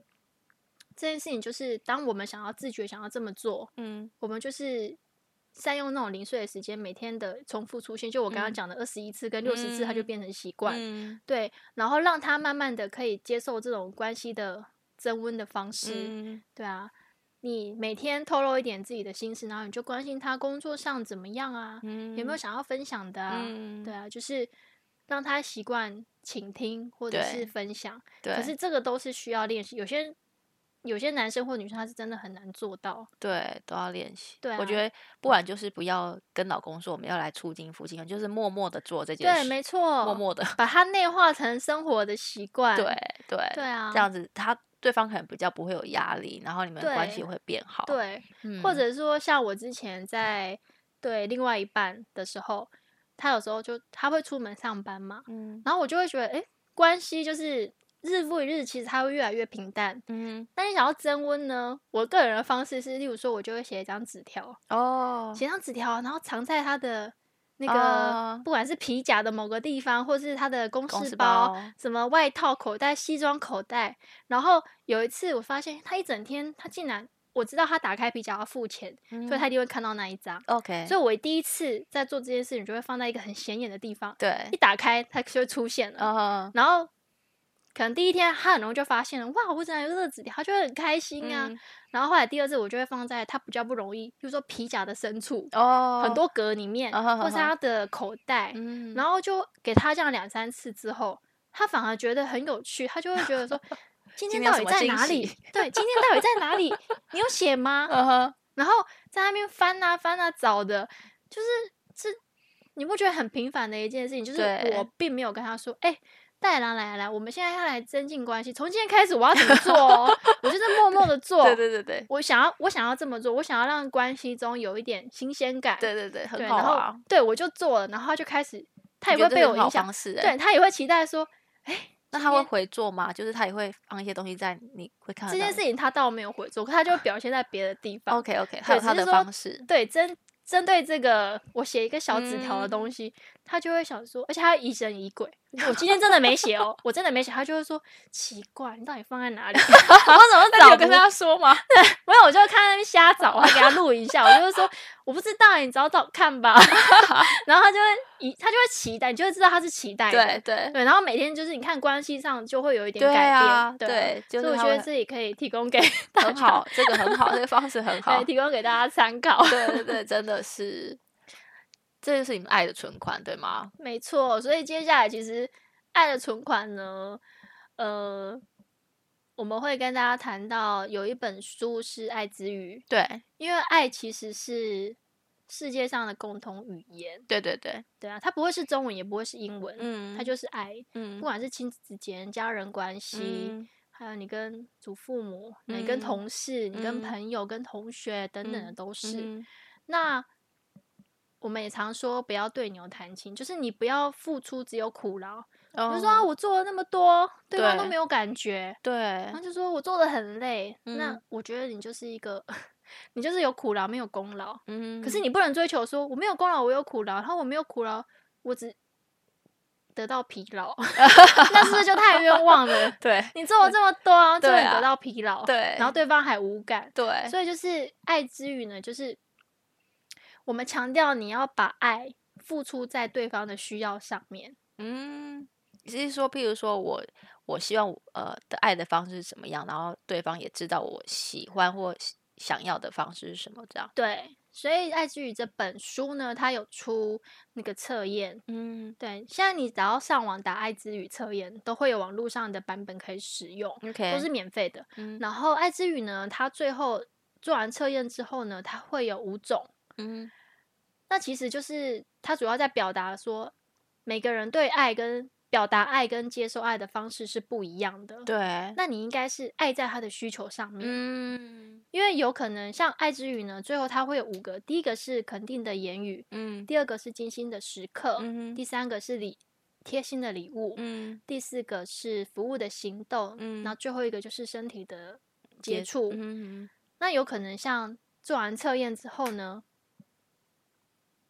Speaker 2: 这件事情就是，当我们想要自觉想要这么做，
Speaker 1: 嗯
Speaker 2: 我们就是善用那种零碎的时间，每天的重复出现，就我刚刚
Speaker 1: 嗯
Speaker 2: 讲的二十一次跟六十次，它就
Speaker 1: 嗯
Speaker 2: 变成习惯。
Speaker 1: 嗯
Speaker 2: 对，然后让他慢慢的可以接受这种关系的增温的方式。
Speaker 1: 嗯
Speaker 2: 对啊，你每天透露一点自己的心事，然后你就关心他工作上怎么样啊，
Speaker 1: 嗯
Speaker 2: 有没有想要分享的啊？
Speaker 1: 嗯
Speaker 2: 对啊，就是让他习惯倾听或者
Speaker 1: 对
Speaker 2: 是分享。
Speaker 1: 对，
Speaker 2: 可是这个都是需要练习，有些有些男生或女生他是真的很难做到。
Speaker 1: 对都要练习。
Speaker 2: 对
Speaker 1: 我觉
Speaker 2: 啊
Speaker 1: 得不然就是不要跟老公说我们要来促进夫妻关系，就是默默的做这件
Speaker 2: 对，
Speaker 1: 事，
Speaker 2: 没错，
Speaker 1: 默默的，
Speaker 2: 把它内化成生活的习惯。
Speaker 1: 对对
Speaker 2: 对，啊，
Speaker 1: 这样子他对方可能比较不会有压力，然后你们的关系
Speaker 2: 对
Speaker 1: 会变好，
Speaker 2: 对，
Speaker 1: 嗯，
Speaker 2: 或者说像我之前在对另外一半的时候，他有时候就他会出门上班嘛，
Speaker 1: 嗯
Speaker 2: 然后我就会觉得，哎、关系就是日复一日，其实它会越来越平淡。
Speaker 1: 嗯
Speaker 2: 但是想要增温呢，我个人的方式是，例如说，我就会写一张纸条，
Speaker 1: 哦，
Speaker 2: 写张纸条，然后藏在他的那个、
Speaker 1: 哦
Speaker 2: 不管是皮夹的某个地方，或是他的公
Speaker 1: 公
Speaker 2: 事
Speaker 1: 事
Speaker 2: 包、
Speaker 1: 包
Speaker 2: 什么外套口袋、西装口袋。然后有一次我发现他一整天，他竟然我知道他打开皮夹要付钱，所以他一定会看到那一张。
Speaker 1: 嗯 OK，
Speaker 2: 所以我第一次在做这件事情，就会放在一个很显眼的地方，
Speaker 1: 对
Speaker 2: 一，打开它就会出现了。
Speaker 1: 哦，
Speaker 2: 然后可能第一天他很容易就发现了，哇，我竟然有这个纸条，他就会很开心啊。
Speaker 1: 嗯
Speaker 2: 然后后来第二次我就会放在他比较不容易，比如说皮夹的深处，
Speaker 1: 哦，
Speaker 2: 很多格里面，
Speaker 1: 啊哈
Speaker 2: 或
Speaker 1: 哈
Speaker 2: 是
Speaker 1: 哈
Speaker 2: 他的口袋，
Speaker 1: 嗯，
Speaker 2: 然后就给他这样两三次之后，他反而觉得很有趣，他就会觉得 说。今
Speaker 1: 今
Speaker 2: 天
Speaker 1: 天有
Speaker 2: 到
Speaker 1: 什
Speaker 2: 底
Speaker 1: 么
Speaker 2: 在
Speaker 1: 惊
Speaker 2: 哪里
Speaker 1: 喜？
Speaker 2: 对，今天到底在哪里？你有 写吗？
Speaker 1: 嗯哼，
Speaker 2: 然后在那边翻啊翻啊找的，就是这你不觉得很平凡的一件事情？就是
Speaker 1: 对
Speaker 2: 我并没有跟他说，哎、戴郎来来来，我们现在要来增进关系，从今天开始我要怎么做 哦？我就是默默的做，
Speaker 1: 对对对对
Speaker 2: 我想要我想要这么做，我想要让关系中有一点新鲜感，
Speaker 1: 对对对，
Speaker 2: 对，
Speaker 1: 很好
Speaker 2: 然后
Speaker 1: 啊，
Speaker 2: 对我就做了，然后他就开始，他
Speaker 1: 我
Speaker 2: 也
Speaker 1: 觉
Speaker 2: 会
Speaker 1: 得
Speaker 2: 被
Speaker 1: 这是
Speaker 2: 我
Speaker 1: 很好
Speaker 2: 影响
Speaker 1: 方，式欸
Speaker 2: 对他也会期待说，哎、
Speaker 1: 那
Speaker 2: 今
Speaker 1: 他会
Speaker 2: 天
Speaker 1: 回做吗？就是他也会放一些东西在，你会看得
Speaker 2: 这件
Speaker 1: 到
Speaker 2: 事情他倒没有回做，可他就表现在别的地方。
Speaker 1: OK OK，还有
Speaker 2: 只
Speaker 1: 他
Speaker 2: 是
Speaker 1: 的
Speaker 2: 说
Speaker 1: 方式，
Speaker 2: 对，针针对这个，我写一个小纸条的
Speaker 1: 嗯
Speaker 2: 东西，他就会想说，而且他疑神疑鬼。我今天真的没写哦，我真的没写，他就会说奇怪，你到底放在哪里？我 怎么
Speaker 1: 那你
Speaker 2: 找
Speaker 1: 有
Speaker 2: 不
Speaker 1: 跟他说吗？
Speaker 2: 没有，我就看他那边瞎找，我还给他录一下，我就会说我不知道，你找找看吧。 然后他就会一，他就会期待，你就会知道他是期待的。
Speaker 1: 对对
Speaker 2: 对，然后每天就是你看关系上就会有一点
Speaker 1: 对
Speaker 2: 改变，
Speaker 1: 啊，
Speaker 2: 对
Speaker 1: 对，就
Speaker 2: 所以
Speaker 1: 是
Speaker 2: 我
Speaker 1: 他
Speaker 2: 觉得
Speaker 1: 会
Speaker 2: 这里可以提供给 大
Speaker 1: 很
Speaker 2: 家，
Speaker 1: 好，这个很好，这个方 式很好
Speaker 2: 对，。提供给大家参考。
Speaker 1: 对对对，真的是，这就是你们爱的存款，对吗？
Speaker 2: 没错，所以接下来其实爱的存款呢，呃，我们会跟大家谈到有一本书是《爱之语
Speaker 1: 对》，
Speaker 2: 因为爱其实是世界上的共同语言，
Speaker 1: 对对对，
Speaker 2: 对啊，它不会是中文，也不会是英文，
Speaker 1: 嗯，
Speaker 2: 它就是爱，不
Speaker 1: 嗯
Speaker 2: 管是亲子之间、家人关系，
Speaker 1: 嗯
Speaker 2: 还有你跟祖父母、你
Speaker 1: 嗯
Speaker 2: 跟同事、你跟
Speaker 1: 嗯
Speaker 2: 朋友、跟同学等等的
Speaker 1: 嗯
Speaker 2: 都是。
Speaker 1: 嗯
Speaker 2: 那我们也常说不要对牛弹琴，就是你不要付出只有苦劳。
Speaker 1: 哼，
Speaker 2: 比如
Speaker 1: 就
Speaker 2: 说啊，我做了那么多，对方都
Speaker 1: 对
Speaker 2: 没有感觉，
Speaker 1: 哦对
Speaker 2: 然后就说我做的很累。那
Speaker 1: 嗯
Speaker 2: 我觉得你就是一个， 你就是有苦劳没有功劳。
Speaker 1: 嗯，
Speaker 2: 可是你不能追求说我没有功劳，我有苦劳，然后我没有苦劳，我只得到疲劳， 那是不是就太冤枉了？
Speaker 1: 对
Speaker 2: 你做了这么多，然后最后
Speaker 1: 对
Speaker 2: 你
Speaker 1: 啊
Speaker 2: 得到疲劳，
Speaker 1: 对，
Speaker 2: 然后对方还无感，
Speaker 1: 对
Speaker 2: 所以就是爱之语呢，就是我们强调你要把爱付出在对方的需要上面。
Speaker 1: 嗯，你是说，譬如说我我希望我呃的爱的方式是什么样，然后对方也知道我喜欢或喜想要的方式是什么，这样。
Speaker 2: 对，所以《爱之语》这本书呢，它有出那个测验。
Speaker 1: 嗯
Speaker 2: 对，现在你只要上网打“爱之语”测验，都会有网络上的版本可以使用。
Speaker 1: ，OK，
Speaker 2: 都是免费的。
Speaker 1: 嗯
Speaker 2: 然后爱之语呢，它最后做完测验之后呢，它会有五种。
Speaker 1: 嗯
Speaker 2: 那其实就是它主要在表达说，每个人对爱跟表达爱跟接受爱的方式是不一样的。，
Speaker 1: 对，
Speaker 2: 那你应该是爱在他的需求上面，
Speaker 1: 嗯
Speaker 2: 因为有可能像爱之语呢，最后它会有五个，第一个是肯定的言语，
Speaker 1: 嗯
Speaker 2: 第二个是精心的时刻，
Speaker 1: 嗯
Speaker 2: 第三个是礼贴心的礼物，
Speaker 1: 嗯
Speaker 2: 第四个是服务的行动，
Speaker 1: 嗯
Speaker 2: 然后最后一个就是身体的接触。
Speaker 1: 嗯
Speaker 2: 那有可能像做完测验之后呢，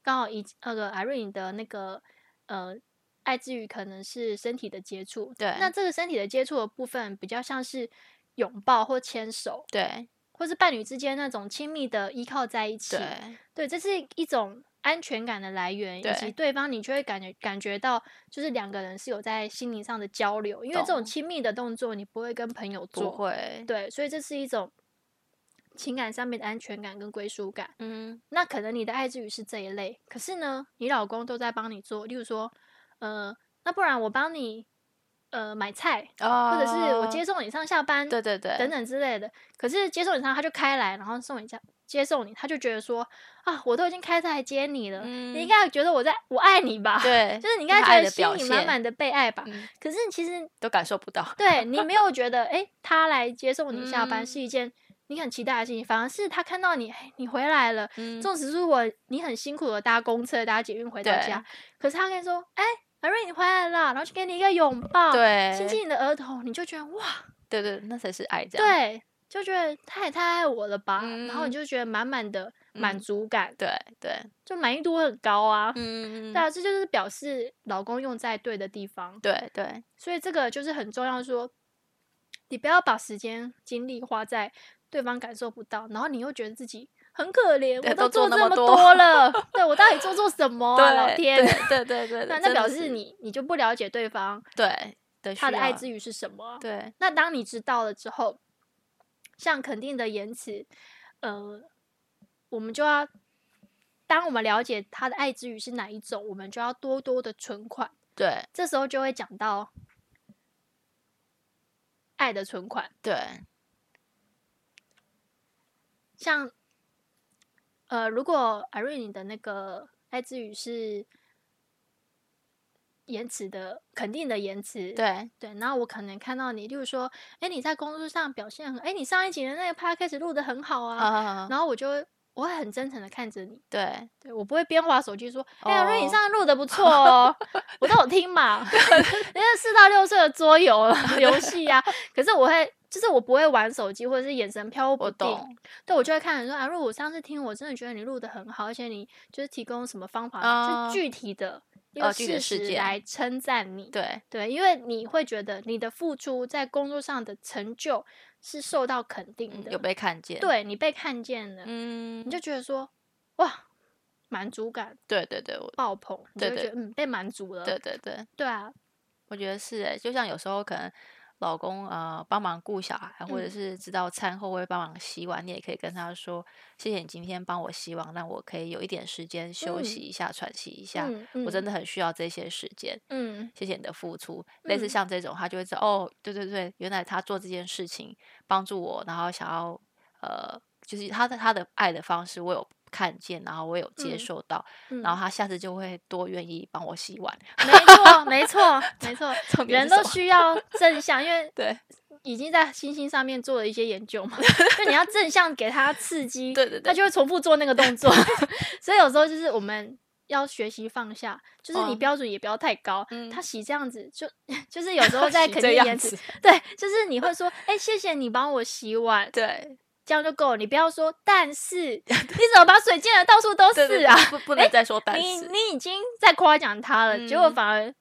Speaker 2: 刚好一那个艾瑞你的那个呃爱之语可能是身体的接触，
Speaker 1: 对
Speaker 2: 那这个身体的接触的部分比较像是拥抱或牵手，
Speaker 1: 对
Speaker 2: 或是伴侣之间那种亲密的依靠在一起，
Speaker 1: 对
Speaker 2: 对，这是一种安全感的来源，以
Speaker 1: 对
Speaker 2: 及对方你就会感觉感觉到，就是两个人是有在心灵上的交流，因为这种
Speaker 1: 懂
Speaker 2: 亲密的动作你不会跟朋友
Speaker 1: 不
Speaker 2: 做，嗯
Speaker 1: 会，
Speaker 2: 对，所以这是一种情感上面的安全感跟归属感。
Speaker 1: 嗯
Speaker 2: 那可能你的爱之语是这一类，可是呢，你老公都在帮你做，例如说，呃，那不然我帮你呃买菜，
Speaker 1: 啊，
Speaker 2: 或者是我接送你上下班，
Speaker 1: 对对对，
Speaker 2: 等等之类的。可是接送你上，他就开来，然后送你家接送你，他就觉得说啊，我都已经开车来接你了，你
Speaker 1: 嗯
Speaker 2: 应该觉得我在我爱你吧？
Speaker 1: 对，
Speaker 2: 就是你应
Speaker 1: 这是
Speaker 2: 该
Speaker 1: 爱
Speaker 2: 觉得
Speaker 1: 的
Speaker 2: 心
Speaker 1: 表
Speaker 2: 里满
Speaker 1: 现
Speaker 2: 满的被爱吧？
Speaker 1: 嗯
Speaker 2: 可是其实
Speaker 1: 都感受不 到，
Speaker 2: 对你没有觉得，哎、他来接送你下班
Speaker 1: 嗯
Speaker 2: 是一件你很期待的事情，反而是他看到你，哎，你回来了。
Speaker 1: 嗯
Speaker 2: 纵使是我，你很辛苦的搭公车、搭捷运回到
Speaker 1: 对
Speaker 2: 家，可是他跟你说：“哎、阿瑞，你回来了。”然后就给你一个拥抱，
Speaker 1: 对
Speaker 2: 亲亲你的额头，你就觉得哇，
Speaker 1: 对对，那才是爱，这样
Speaker 2: 对，就觉得他也太爱我了吧，然后你
Speaker 1: 嗯
Speaker 2: 就觉得满满的满
Speaker 1: 嗯
Speaker 2: 足感，
Speaker 1: 对对，
Speaker 2: 就满意度会很高啊。
Speaker 1: 嗯嗯嗯
Speaker 2: 对啊，这就是表示老公用在对的地方，
Speaker 1: 对对
Speaker 2: 所以这个就是很重要说你不要把时间精力花在对方感受不到，然后你又觉得自己很可怜，
Speaker 1: 对
Speaker 2: 我
Speaker 1: 都
Speaker 2: 做
Speaker 1: 做
Speaker 2: 这
Speaker 1: 那
Speaker 2: 么
Speaker 1: 么
Speaker 2: 多
Speaker 1: 多
Speaker 2: 了，对我到底做错什么啊？老
Speaker 1: 对
Speaker 2: 天，
Speaker 1: 对对对， 对
Speaker 2: 那那
Speaker 1: 真
Speaker 2: 表
Speaker 1: 的
Speaker 2: 示
Speaker 1: 是
Speaker 2: 你你就不了解对方
Speaker 1: 对的
Speaker 2: 他
Speaker 1: 需
Speaker 2: 的爱
Speaker 1: 要
Speaker 2: 之语是什么啊、
Speaker 1: 对
Speaker 2: 那当你知道了之后，像肯定的言辞，呃，我们就要，当我们了解他的爱之语是哪一种，我们就要多多的存款。
Speaker 1: 对
Speaker 2: 这时候就会讲到爱的存款，
Speaker 1: 对，
Speaker 2: 像，呃，如果艾瑞你的那个爱之语是言辞的肯定的言辞，
Speaker 1: 对
Speaker 2: 对，然后我可能看到你，例如说，哎，你在工作上表现很，哎，你上一集的那个 podcast 录的很好啊，
Speaker 1: 啊
Speaker 2: 然后我就会我会很真诚的看着你，
Speaker 1: 对
Speaker 2: 对我不会边划手机说，哎呀，瑞、你
Speaker 1: 哦
Speaker 2: 上次录的不错哦， 我都有 听嘛， 因为四到六岁的桌游啊游戏啊，可是我会。就是我不会玩手机，或者是眼神飘忽不
Speaker 1: 我
Speaker 2: 定，
Speaker 1: 懂
Speaker 2: 对我就会看人说啊，如果我上次听，我真的觉得你录的很好，而且你就是提供什么方法，
Speaker 1: 啊
Speaker 2: 就是具体的，用
Speaker 1: 呃具体
Speaker 2: 事
Speaker 1: 的事
Speaker 2: 实
Speaker 1: 件
Speaker 2: 来称赞你。
Speaker 1: 对
Speaker 2: 对，因为你会觉得你的付出在工作上的成就是受到肯定
Speaker 1: 嗯
Speaker 2: 的，
Speaker 1: 有被看见，，
Speaker 2: 对你被看见了，
Speaker 1: 嗯，
Speaker 2: 你就觉得说哇，满足感
Speaker 1: 对对对，我
Speaker 2: 爆棚，你就
Speaker 1: 对
Speaker 2: 会
Speaker 1: 对
Speaker 2: 觉得嗯被满足了。
Speaker 1: 对对对，
Speaker 2: 对啊，
Speaker 1: 我觉得是诶、就像有时候可能老公呃帮忙顾小孩，或者
Speaker 2: 嗯
Speaker 1: 是知道餐后会帮忙洗碗，你也可以跟他说：“谢谢你今天帮我洗碗，让我可以有一点时间休
Speaker 2: 嗯
Speaker 1: 息一下、喘息一下。
Speaker 2: 嗯
Speaker 1: 我真
Speaker 2: 嗯
Speaker 1: 的很需要这些时间，
Speaker 2: 嗯
Speaker 1: 谢谢你的付出。”类似
Speaker 2: 嗯
Speaker 1: 像这种，他就会知道哦，对对对，原来他做这件事情帮助我，然后想要呃，就是他的他的爱的方式，我有看见，然后我有接
Speaker 2: 嗯
Speaker 1: 受到，
Speaker 2: 嗯，
Speaker 1: 然后他下次就会多愿意帮我洗碗。
Speaker 2: 没错没错没错，
Speaker 1: 重点
Speaker 2: 人
Speaker 1: 是什
Speaker 2: 都
Speaker 1: 么
Speaker 2: 需要正向，因为
Speaker 1: 对。
Speaker 2: 已经在星星上面做了一些 研究嘛，就你要正向给他刺激，
Speaker 1: 对对对
Speaker 2: 他就会重复做那个动 作。所以有时候就是我们要学习放下，就是你
Speaker 1: 嗯
Speaker 2: 标准也不要太高。
Speaker 1: 嗯
Speaker 2: 他洗这样子就 就是有时候在
Speaker 1: 洗
Speaker 2: 肯
Speaker 1: 这
Speaker 2: 定
Speaker 1: 样
Speaker 2: 言辞
Speaker 1: 子，
Speaker 2: 对，就是你会说，哎、谢谢你帮我洗碗，
Speaker 1: 对，
Speaker 2: 这样就够了。你不要说，但 是你怎么把水溅的到处都
Speaker 1: 对
Speaker 2: 是啊？，
Speaker 1: 对对不不能再说但
Speaker 2: 你
Speaker 1: 是，
Speaker 2: 你已经在夸奖他了，结果
Speaker 1: 嗯
Speaker 2: 反而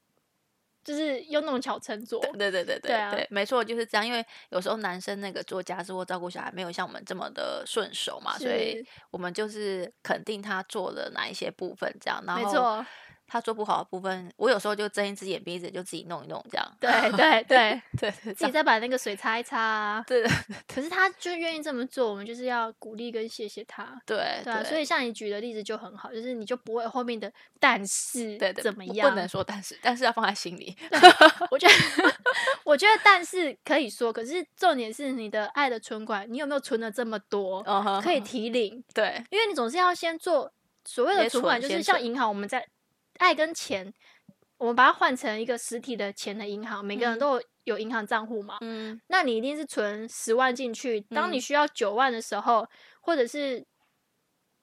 Speaker 2: 就是又弄巧成拙。
Speaker 1: 对对对对
Speaker 2: 对啊
Speaker 1: 对，没错，就是这样。因为有时候男生那个做家事或照顾小孩，没有像我们这么的顺手嘛，所以
Speaker 2: 是
Speaker 1: 我们就是肯定他做了哪一些部分，这样，然
Speaker 2: 没
Speaker 1: 后
Speaker 2: 错，
Speaker 1: 他做不好的部分，我有时候就睁一只眼闭一只眼，就自己弄一弄这样。
Speaker 2: 对 对 对，
Speaker 1: 对对
Speaker 2: 自己
Speaker 1: 对
Speaker 2: 再把那个水擦一擦啊。
Speaker 1: 对对
Speaker 2: 可是他就愿意这么做，我们就是要鼓励跟谢谢他。
Speaker 1: 哎对
Speaker 2: 对啊，所以像你举的例子就很好，就是你就不会有后面的但是
Speaker 1: 对对
Speaker 2: 怎么
Speaker 1: 不
Speaker 2: 样？
Speaker 1: 不能说但是，但是要放在心里。
Speaker 2: 我觉得 我觉得但是可以说，可是重点是你的爱的存款，你有没有存了这么多？
Speaker 1: 嗯哼，
Speaker 2: 可以提领，
Speaker 1: 对
Speaker 2: 因为你总是要先做所谓的
Speaker 1: 先
Speaker 2: 存款，
Speaker 1: 存
Speaker 2: 就是
Speaker 1: 先
Speaker 2: 像
Speaker 1: 存
Speaker 2: 银行，我们在爱跟钱，我们把它换成一个实体的钱的银行，每个
Speaker 1: 嗯
Speaker 2: 人都有有银行账户嘛。
Speaker 1: 嗯
Speaker 2: 那你一定是存十万进去，当你
Speaker 1: 嗯
Speaker 2: 需要九万的时候，或者是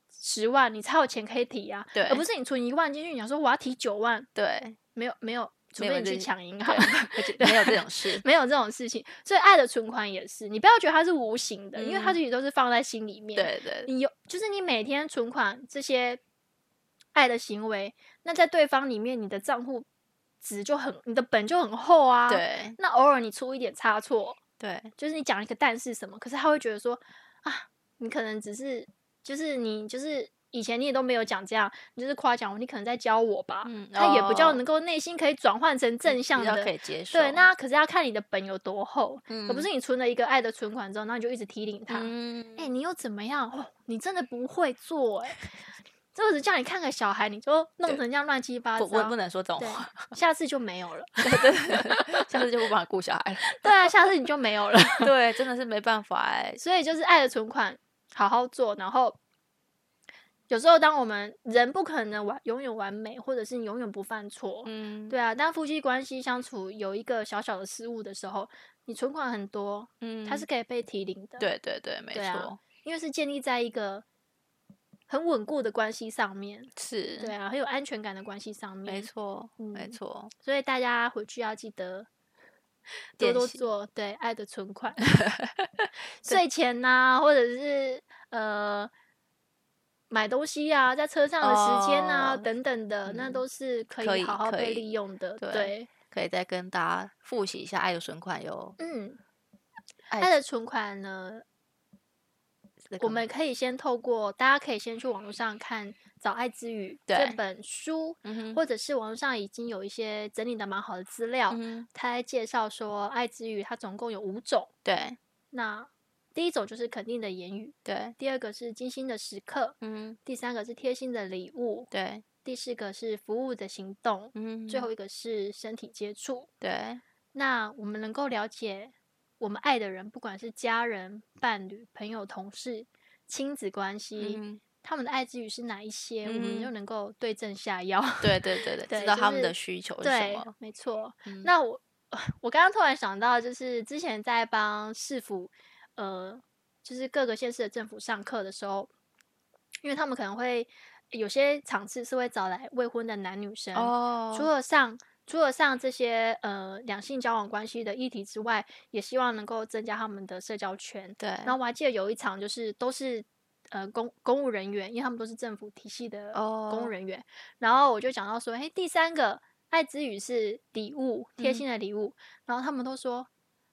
Speaker 2: 十万，你才有钱可以提啊，
Speaker 1: 对
Speaker 2: 而不是你存一万进去，你想说我要提九万，
Speaker 1: 对，
Speaker 2: 没有没有，除
Speaker 1: 没有
Speaker 2: 非你
Speaker 1: 这
Speaker 2: 去
Speaker 1: 些
Speaker 2: 抢银行
Speaker 1: 对，而且没有这种事。
Speaker 2: 没有这种事情。所以爱的存款也是，你不要觉得它是无形的，因为
Speaker 1: 嗯
Speaker 2: 它自己都是放在心里面。，
Speaker 1: 对对
Speaker 2: 你有就是你每天存款这些爱的行为，那在对方里面，你的账户值就很，你的本就很厚啊。。
Speaker 1: 对
Speaker 2: 那偶尔你出一点差错，
Speaker 1: 对，
Speaker 2: 就是你讲一个但是什么，可是他会觉得说啊，你可能只是就是你就是以前你也都没有讲这样，你就是夸奖我，你可能在教我吧，
Speaker 1: 嗯
Speaker 2: 他也不叫
Speaker 1: 哦
Speaker 2: 能够内心可以转换成正向
Speaker 1: 比较可
Speaker 2: 的。
Speaker 1: 以接受。
Speaker 2: 对，那可是要看你的本有多厚，
Speaker 1: 嗯
Speaker 2: 而不是你存了一个爱的存款之后，然后你就一直提领他，哎、
Speaker 1: 嗯
Speaker 2: 你又怎么样？哦，你真的不会做 哎、这我只叫你看个小孩，你就弄
Speaker 1: 对
Speaker 2: 成这样乱七八糟
Speaker 1: 不，不不能说这种
Speaker 2: 对
Speaker 1: 话，，
Speaker 2: 下次就没有了。
Speaker 1: 下次就不帮你顾小孩了。
Speaker 2: 对啊，下次你就没有了。
Speaker 1: 对，真的是没办法哎、
Speaker 2: 所以就是爱的存款，好好做。然后有时候，当我们人不可能完永远完美，或者是永远不犯错，
Speaker 1: 嗯，
Speaker 2: 对啊。当夫妻关系相处有一个小小的失误的时候，你存款很多，
Speaker 1: 嗯
Speaker 2: 它是可以被提领的，，
Speaker 1: 对对对，没
Speaker 2: 对啊
Speaker 1: 错，
Speaker 2: 因为是建立在一个很稳固的关系上面，
Speaker 1: 是，
Speaker 2: 对啊，很有安全感的关系上
Speaker 1: 没
Speaker 2: 面。
Speaker 1: 错，没
Speaker 2: 嗯
Speaker 1: 错，
Speaker 2: 所以大家回去要记 得多
Speaker 1: 练
Speaker 2: 多
Speaker 1: 习
Speaker 2: 做对爱的存 款，睡前呐、或者是呃买东西啊，在车上的时间啊、
Speaker 1: 哦
Speaker 2: 等等的，那
Speaker 1: 嗯
Speaker 2: 都是可
Speaker 1: 可
Speaker 2: 以
Speaker 1: 以
Speaker 2: 好好
Speaker 1: 可
Speaker 2: 被
Speaker 1: 以
Speaker 2: 利用的。
Speaker 1: 对
Speaker 2: 对，
Speaker 1: 可以再跟大家复习一下爱的存款有
Speaker 2: 嗯，
Speaker 1: 爱嗯
Speaker 2: 爱的存款呢，
Speaker 1: 这个
Speaker 2: 我们可以先透过大家可以先去网络上看《早爱之语》这
Speaker 1: 对
Speaker 2: 本书，
Speaker 1: 嗯哼
Speaker 2: 或者是网络上已经有一些整理的蛮好的资料，
Speaker 1: 嗯哼
Speaker 2: 它在介绍说爱之语它总共有五种。
Speaker 1: 对
Speaker 2: 那第一种就是肯定的言语，
Speaker 1: 对
Speaker 2: 第二个是精心的时刻，
Speaker 1: 嗯
Speaker 2: 第三个是贴心的礼物，
Speaker 1: 对
Speaker 2: 第四个是服务的行动，
Speaker 1: 嗯
Speaker 2: 最后一个是身体接触。
Speaker 1: 对
Speaker 2: 那我们能够了解我们爱的人，不管是家人、伴侣、朋友、同事、亲子关系，
Speaker 1: 嗯
Speaker 2: 他们的爱之语是哪一些，我们
Speaker 1: 嗯
Speaker 2: 就能够对症下药。
Speaker 1: 对对对对，
Speaker 2: 对
Speaker 1: 知道
Speaker 2: 就
Speaker 1: 他们
Speaker 2: 是
Speaker 1: 的需求是什
Speaker 2: 对
Speaker 1: 么，，
Speaker 2: 没错。
Speaker 1: 嗯
Speaker 2: 那我我刚刚突然想到，就是之前在帮市府，呃，就是各个县市的政府上课的时候，因为他们可能会有些场次是会找来未婚的男女生，除
Speaker 1: 哦，
Speaker 2: 了上。除了上这些呃两性交往关系的议题之外，也希望能够增加他们的社交圈。
Speaker 1: 对，
Speaker 2: 然后我还记得有一场就是都是呃公公务人员，因为他们都是政府体系的
Speaker 1: 哦
Speaker 2: 公务人员。然后我就讲到说，嘿，第三个爱之语是礼物，贴
Speaker 1: 嗯
Speaker 2: 心的礼物。然后他们都说。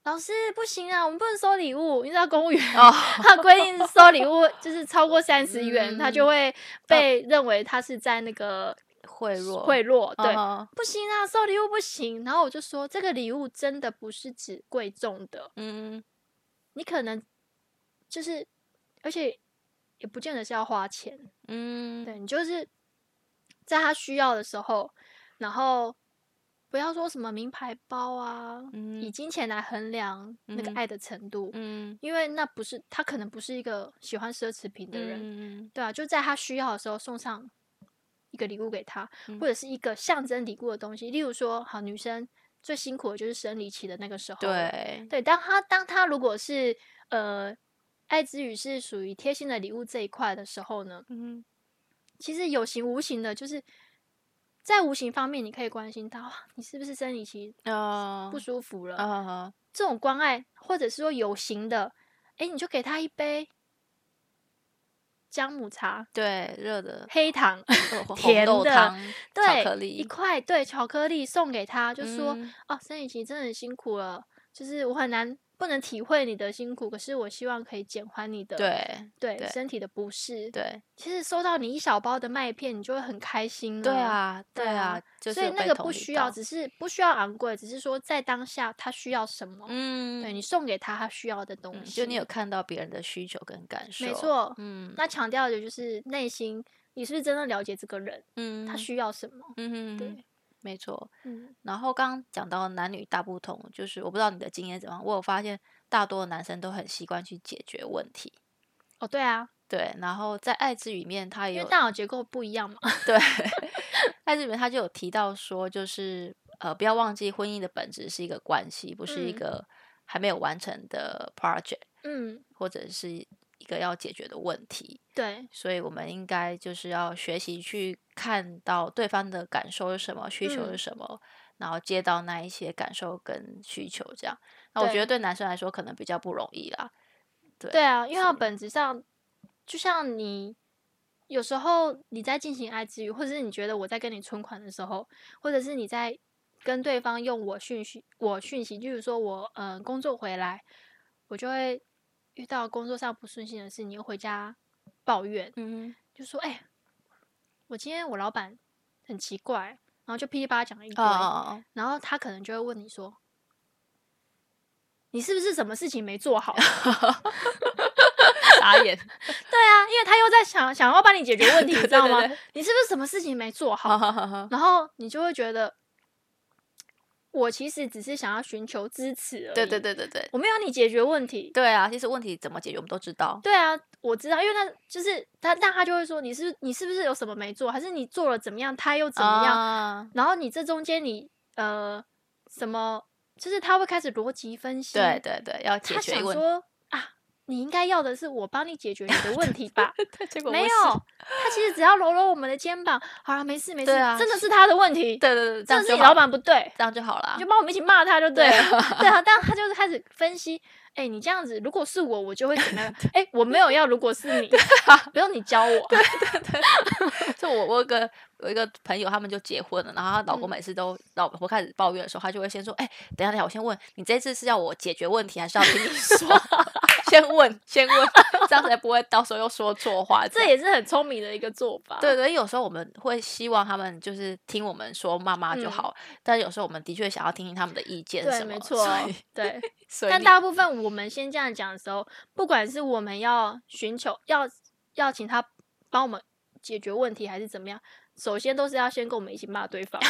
Speaker 2: 老师不行啊，我们不能收礼物。你知道公务员、
Speaker 1: 哦
Speaker 2: 他规定是收礼物就是超过三十元，他
Speaker 1: 嗯
Speaker 2: 就会被认为他是在那个
Speaker 1: 贿赂
Speaker 2: 贿赂。对，
Speaker 1: 嗯
Speaker 2: 不行啊，收礼物不行。然后我就说，这个礼物真的不是指贵重的，
Speaker 1: 嗯
Speaker 2: 你可能就是，而且也不见得是要花钱，
Speaker 1: 嗯，
Speaker 2: 对你就是在他需要的时候，然后不要说什么名牌包啊，以
Speaker 1: 嗯
Speaker 2: 金钱来衡量那个
Speaker 1: 嗯
Speaker 2: 爱的程度，
Speaker 1: 嗯
Speaker 2: 因为那不是他可能不是一个喜欢奢侈品的人，
Speaker 1: 嗯
Speaker 2: 对啊，就在他需要的时候送上一个礼物给他，
Speaker 1: 嗯
Speaker 2: 或者是一个象征礼物的东西，例如说，好，女生最辛苦的就是生理期的那个时候，
Speaker 1: 对，
Speaker 2: 对，当他当他如果是呃爱之语是属于贴心的礼物这一块的时候呢，
Speaker 1: 嗯
Speaker 2: 其实有形无形的，就是在无形方面，你可以关心他，哇你是不是生理期
Speaker 1: 啊
Speaker 2: 不舒服了？
Speaker 1: 啊
Speaker 2: 这种关爱，或者是说有形的，哎，你就给他一杯姜母茶、
Speaker 1: 对热 的
Speaker 2: 黑糖，
Speaker 1: 呃红
Speaker 2: 甜
Speaker 1: 豆
Speaker 2: 的
Speaker 1: 汤、
Speaker 2: 对，
Speaker 1: 巧克力
Speaker 2: 一，块，对，巧克力送给他，就说、
Speaker 1: 嗯
Speaker 2: 哦，生理期真的很辛苦了，就是我很难不能体会你的辛苦，可是我希望可以减缓你的
Speaker 1: 对
Speaker 2: 对
Speaker 1: 对
Speaker 2: 身体的不适。
Speaker 1: 对
Speaker 2: 其实收到你一小包的麦片，你就会很开心。
Speaker 1: 对，啊对
Speaker 2: 嗯对
Speaker 1: 啊
Speaker 2: 啊，
Speaker 1: 就是
Speaker 2: 所以
Speaker 1: 有
Speaker 2: 那
Speaker 1: 被
Speaker 2: 个
Speaker 1: 同
Speaker 2: 不
Speaker 1: 理
Speaker 2: 需要，
Speaker 1: 到
Speaker 2: 只是不需要昂贵，只是说在当下他需要什么，
Speaker 1: 嗯
Speaker 2: 对你送给他他需要的东
Speaker 1: 嗯
Speaker 2: 西。
Speaker 1: 就你有看到别人的需求跟感受，
Speaker 2: 没，错。
Speaker 1: 嗯
Speaker 2: 那强调的就是内心，你是不是真的了解这个人，
Speaker 1: 嗯，
Speaker 2: 他需要什么？
Speaker 1: 嗯
Speaker 2: 对
Speaker 1: 哼，没错。
Speaker 2: 嗯，
Speaker 1: 然后刚刚讲到男女大不同，就是我不知道你的经验怎么样，我有发现大多的男生都很习惯去解决问题。
Speaker 2: 哦，对啊，
Speaker 1: 对，然后在爱之里面，他也
Speaker 2: 因为
Speaker 1: 有
Speaker 2: 大脑结构不一 样嘛。
Speaker 1: 对爱之里面他就有提到说，就是呃，不要忘记婚姻的本质是一个关系，不是一
Speaker 2: 嗯
Speaker 1: 个还没有完成的 project，
Speaker 2: 嗯，
Speaker 1: 或者是一个要解决的问题。
Speaker 2: 对，
Speaker 1: 所以我们应该就是要学习去看到对方的感受是什么，需求是
Speaker 2: 嗯
Speaker 1: 什么，然后接到那一些感受跟需求这样。那我觉得对男生来说可能比较不容易啦。对
Speaker 2: 对啊，因为它本质上就像你有时候你在进行爱之余，或者是你觉得我在跟你存款的时候，或者是你在跟对方用我讯息，我讯息，就是说我嗯、呃工作回来，我就会遇到工作上不顺心的事，你又回家抱怨，
Speaker 1: 嗯，
Speaker 2: 就说哎、我今天我老板很奇怪，然后就噼里啪啦讲了一堆，
Speaker 1: 哦，
Speaker 2: 然后他可能就会问你说。你是不是什么事情没做好？
Speaker 1: 傻眼，
Speaker 2: 对啊，因为他又在想想要帮你解决 问题，你
Speaker 1: 对
Speaker 2: 知道
Speaker 1: 对
Speaker 2: 吗
Speaker 1: 对？
Speaker 2: 你是不是什么事情没做好？
Speaker 1: 好好好好，
Speaker 2: 然后你就会觉得，我其实只是想要寻求支持而 已。
Speaker 1: 对对，对对对
Speaker 2: 我没有让你解决问题。
Speaker 1: 对啊！其实问题怎么解决，我们都知道。
Speaker 2: 对啊，我知道，因为那就是他，但他就会说你是你是不是有什么没做，还是你做了怎么样，他又怎么样？
Speaker 1: 啊
Speaker 2: 然后你这中间你呃什么，就是他会开始逻辑分析。
Speaker 1: 对对对，要解
Speaker 2: 他
Speaker 1: 决一
Speaker 2: 想
Speaker 1: 问
Speaker 2: 说啊，你应该要的是我帮你解决你的问题吧？
Speaker 1: 题，结果
Speaker 2: 没
Speaker 1: 不
Speaker 2: 有，
Speaker 1: 是
Speaker 2: 他其实只要揉揉我们的肩膀，好了，没事没事，
Speaker 1: 对啊
Speaker 2: 真的是他的问题，
Speaker 1: 对对对，这
Speaker 2: 真
Speaker 1: 样
Speaker 2: 的是
Speaker 1: 就
Speaker 2: 你老
Speaker 1: 好，
Speaker 2: 板不对，
Speaker 1: 这样就好了
Speaker 2: 你就。帮我们一起骂他就对了。
Speaker 1: 对
Speaker 2: 对啊，但他就是开始分析，哎、你这样子，如果是我，我就会怎 么样？哎、我没有要，如果是你，
Speaker 1: 啊
Speaker 2: 不用你教我。
Speaker 1: 就我我有个有一个朋友，他们就结婚了，然后她老公
Speaker 2: 嗯
Speaker 1: 每次都、老婆开始抱怨的时候，他就会先说：“哎、等一下等一下，我先问你，这次是要我解决问题，还是要听你说？ 先问先问，这样才不会到时候又说错话。”
Speaker 2: 这也是很聪明的一个做法。
Speaker 1: 对对，有时候我们会希望他们就是听我们说妈妈就
Speaker 2: 嗯
Speaker 1: 好，但有时候我们的确想要听听他们的意见
Speaker 2: 对，
Speaker 1: 什么。
Speaker 2: 没错
Speaker 1: 所以，
Speaker 2: 对。
Speaker 1: 所以
Speaker 2: 但
Speaker 1: 你
Speaker 2: 大部分我们先这样讲的时候，不管是我们要寻求要要请他帮我们解决问题，还是怎么样，首先都是要先跟我们一起骂对方，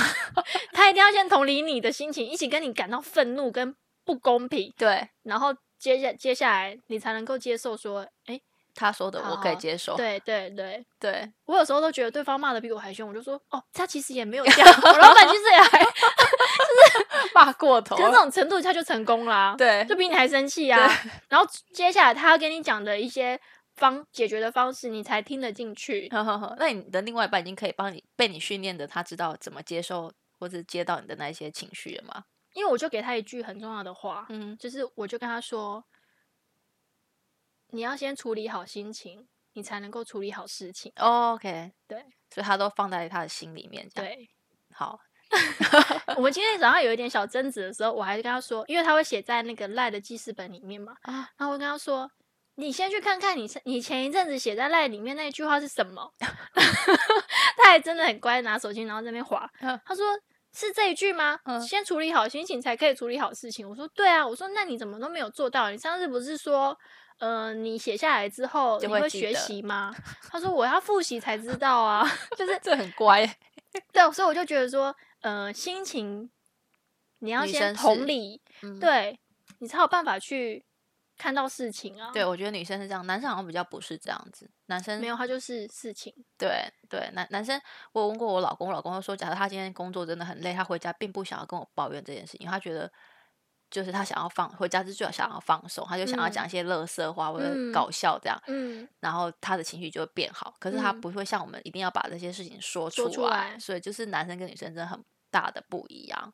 Speaker 2: 他一定要先同理你的心情，一起跟你感到愤怒跟不公平，
Speaker 1: 对
Speaker 2: 然后接下接下来你才能够接受说，哎、
Speaker 1: 他说的我可以
Speaker 2: 好
Speaker 1: 接受。
Speaker 2: 对对对，
Speaker 1: 对
Speaker 2: 我有时候都觉得对方骂的比我还凶，我就说，哦，他其实也没有这样，我老板其实也还，
Speaker 1: 骂过头
Speaker 2: 就是这
Speaker 1: 了。
Speaker 2: 种程度他就成 功啦、
Speaker 1: 对
Speaker 2: 就比你还生气啊。然后接下来他要跟你讲的一些方解决的方式，你才听得进去。
Speaker 1: 呵呵呵，那你的另外一半已经可以帮你被你训练的，他知道怎么接受或者接到你的那一些情绪了吗？
Speaker 2: 因为我就给他一句很重要的话，
Speaker 1: 嗯
Speaker 2: 就是我就跟他说，你要先处理好心情，你才能够处理好事情。
Speaker 1: 哦 OK，
Speaker 2: 对，
Speaker 1: 所以他都放在他的心里面。，
Speaker 2: 对，
Speaker 1: 好，
Speaker 2: 我们今天早上有一点小争执的时候，我还是跟他说，因为他会写在那个赖的记事本里面嘛，
Speaker 1: 啊
Speaker 2: 然后我跟他说。你先去看看你是你前一阵子写在赖里面那句话是什 么，他还真的很乖，拿手机然后在那边划
Speaker 1: 嗯，
Speaker 2: 他说是这一句吗？
Speaker 1: 嗯
Speaker 2: 先处理好心情才可以处理好事情。我说对啊，我说那你怎么都没有做到？你上次不是说，呃，你写下来之后
Speaker 1: 就
Speaker 2: 你
Speaker 1: 会
Speaker 2: 会
Speaker 1: 记
Speaker 2: 学
Speaker 1: 得
Speaker 2: 习吗？他说我要复习才知 道啊，就是
Speaker 1: 这很 乖。
Speaker 2: 对，所以我就觉得说，呃，心情你要
Speaker 1: 女
Speaker 2: 先
Speaker 1: 生是
Speaker 2: 同理，
Speaker 1: 嗯，
Speaker 2: 对你才有办法去看到事情啊。
Speaker 1: 对，，我觉得女生是这样，男生好像比较不是这样子。男生
Speaker 2: 没有它就是事情。
Speaker 1: 对对，男男生，我有问过我老公，我老公就说，假如他今天工作真的很累，他回家并不想要跟我抱怨这件事情，他觉得就是他想要放回家之就想要放松，他就想要讲一些乐色话或者
Speaker 2: 嗯
Speaker 1: 搞笑这样，
Speaker 2: 嗯，
Speaker 1: 然后他的情绪就会变好。可是他
Speaker 2: 嗯
Speaker 1: 不会像我们一定要把这些事情说
Speaker 2: 说出
Speaker 1: 来，
Speaker 2: 来
Speaker 1: 所以就是男生跟女生真的很大的不一样。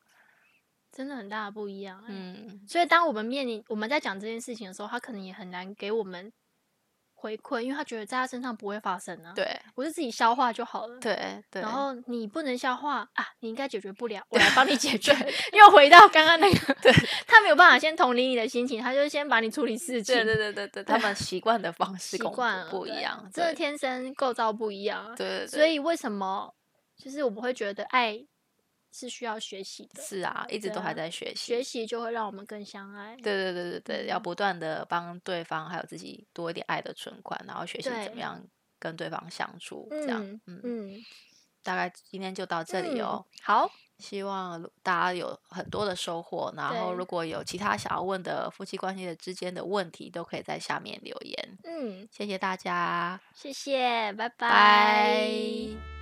Speaker 2: 真的很大的不一样、嗯，
Speaker 1: 嗯，
Speaker 2: 所以当我们面临我们在讲这件事情的时候，他可能也很难给我们回馈，因为他觉得在他身上不会发生啊。，
Speaker 1: 对
Speaker 2: 我就自己消化就好了。。
Speaker 1: 对对，
Speaker 2: 然后你不能消化啊，你应该解决不了，我来帮你解决。又回到刚刚那个，
Speaker 1: 对，
Speaker 2: 他没有办法先同理你的心情，他就先把你处理事情。
Speaker 1: 对对对对对， 他们习惯的 方式
Speaker 2: 习
Speaker 1: 跟我们
Speaker 2: 惯了
Speaker 1: 不一
Speaker 2: 对
Speaker 1: 样，
Speaker 2: 真的
Speaker 1: 对
Speaker 2: 天生构造不一样啊。
Speaker 1: 对对，
Speaker 2: 所以为什么就是我们会觉得爱是需要学习的，
Speaker 1: 是啊，一直
Speaker 2: 对
Speaker 1: 都还
Speaker 2: 啊
Speaker 1: 在学习
Speaker 2: 学。习就会让我们更相爱。
Speaker 1: 对对对对对，要
Speaker 2: 嗯
Speaker 1: 不断的帮对方还有自己多一点爱的存款，然后学习怎么
Speaker 2: 对
Speaker 1: 样跟对方相处，这样，嗯，
Speaker 2: 嗯，
Speaker 1: 大概今天就到这里
Speaker 2: 嗯
Speaker 1: 哦。
Speaker 2: 好，
Speaker 1: 希望如大家有很多的收获，然后
Speaker 2: 对
Speaker 1: 如果有其他想要问的夫妻关系的之间的问题，都可以在下面留言。
Speaker 2: 嗯，
Speaker 1: 谢谢大家，
Speaker 2: 谢谢，拜拜
Speaker 1: 拜。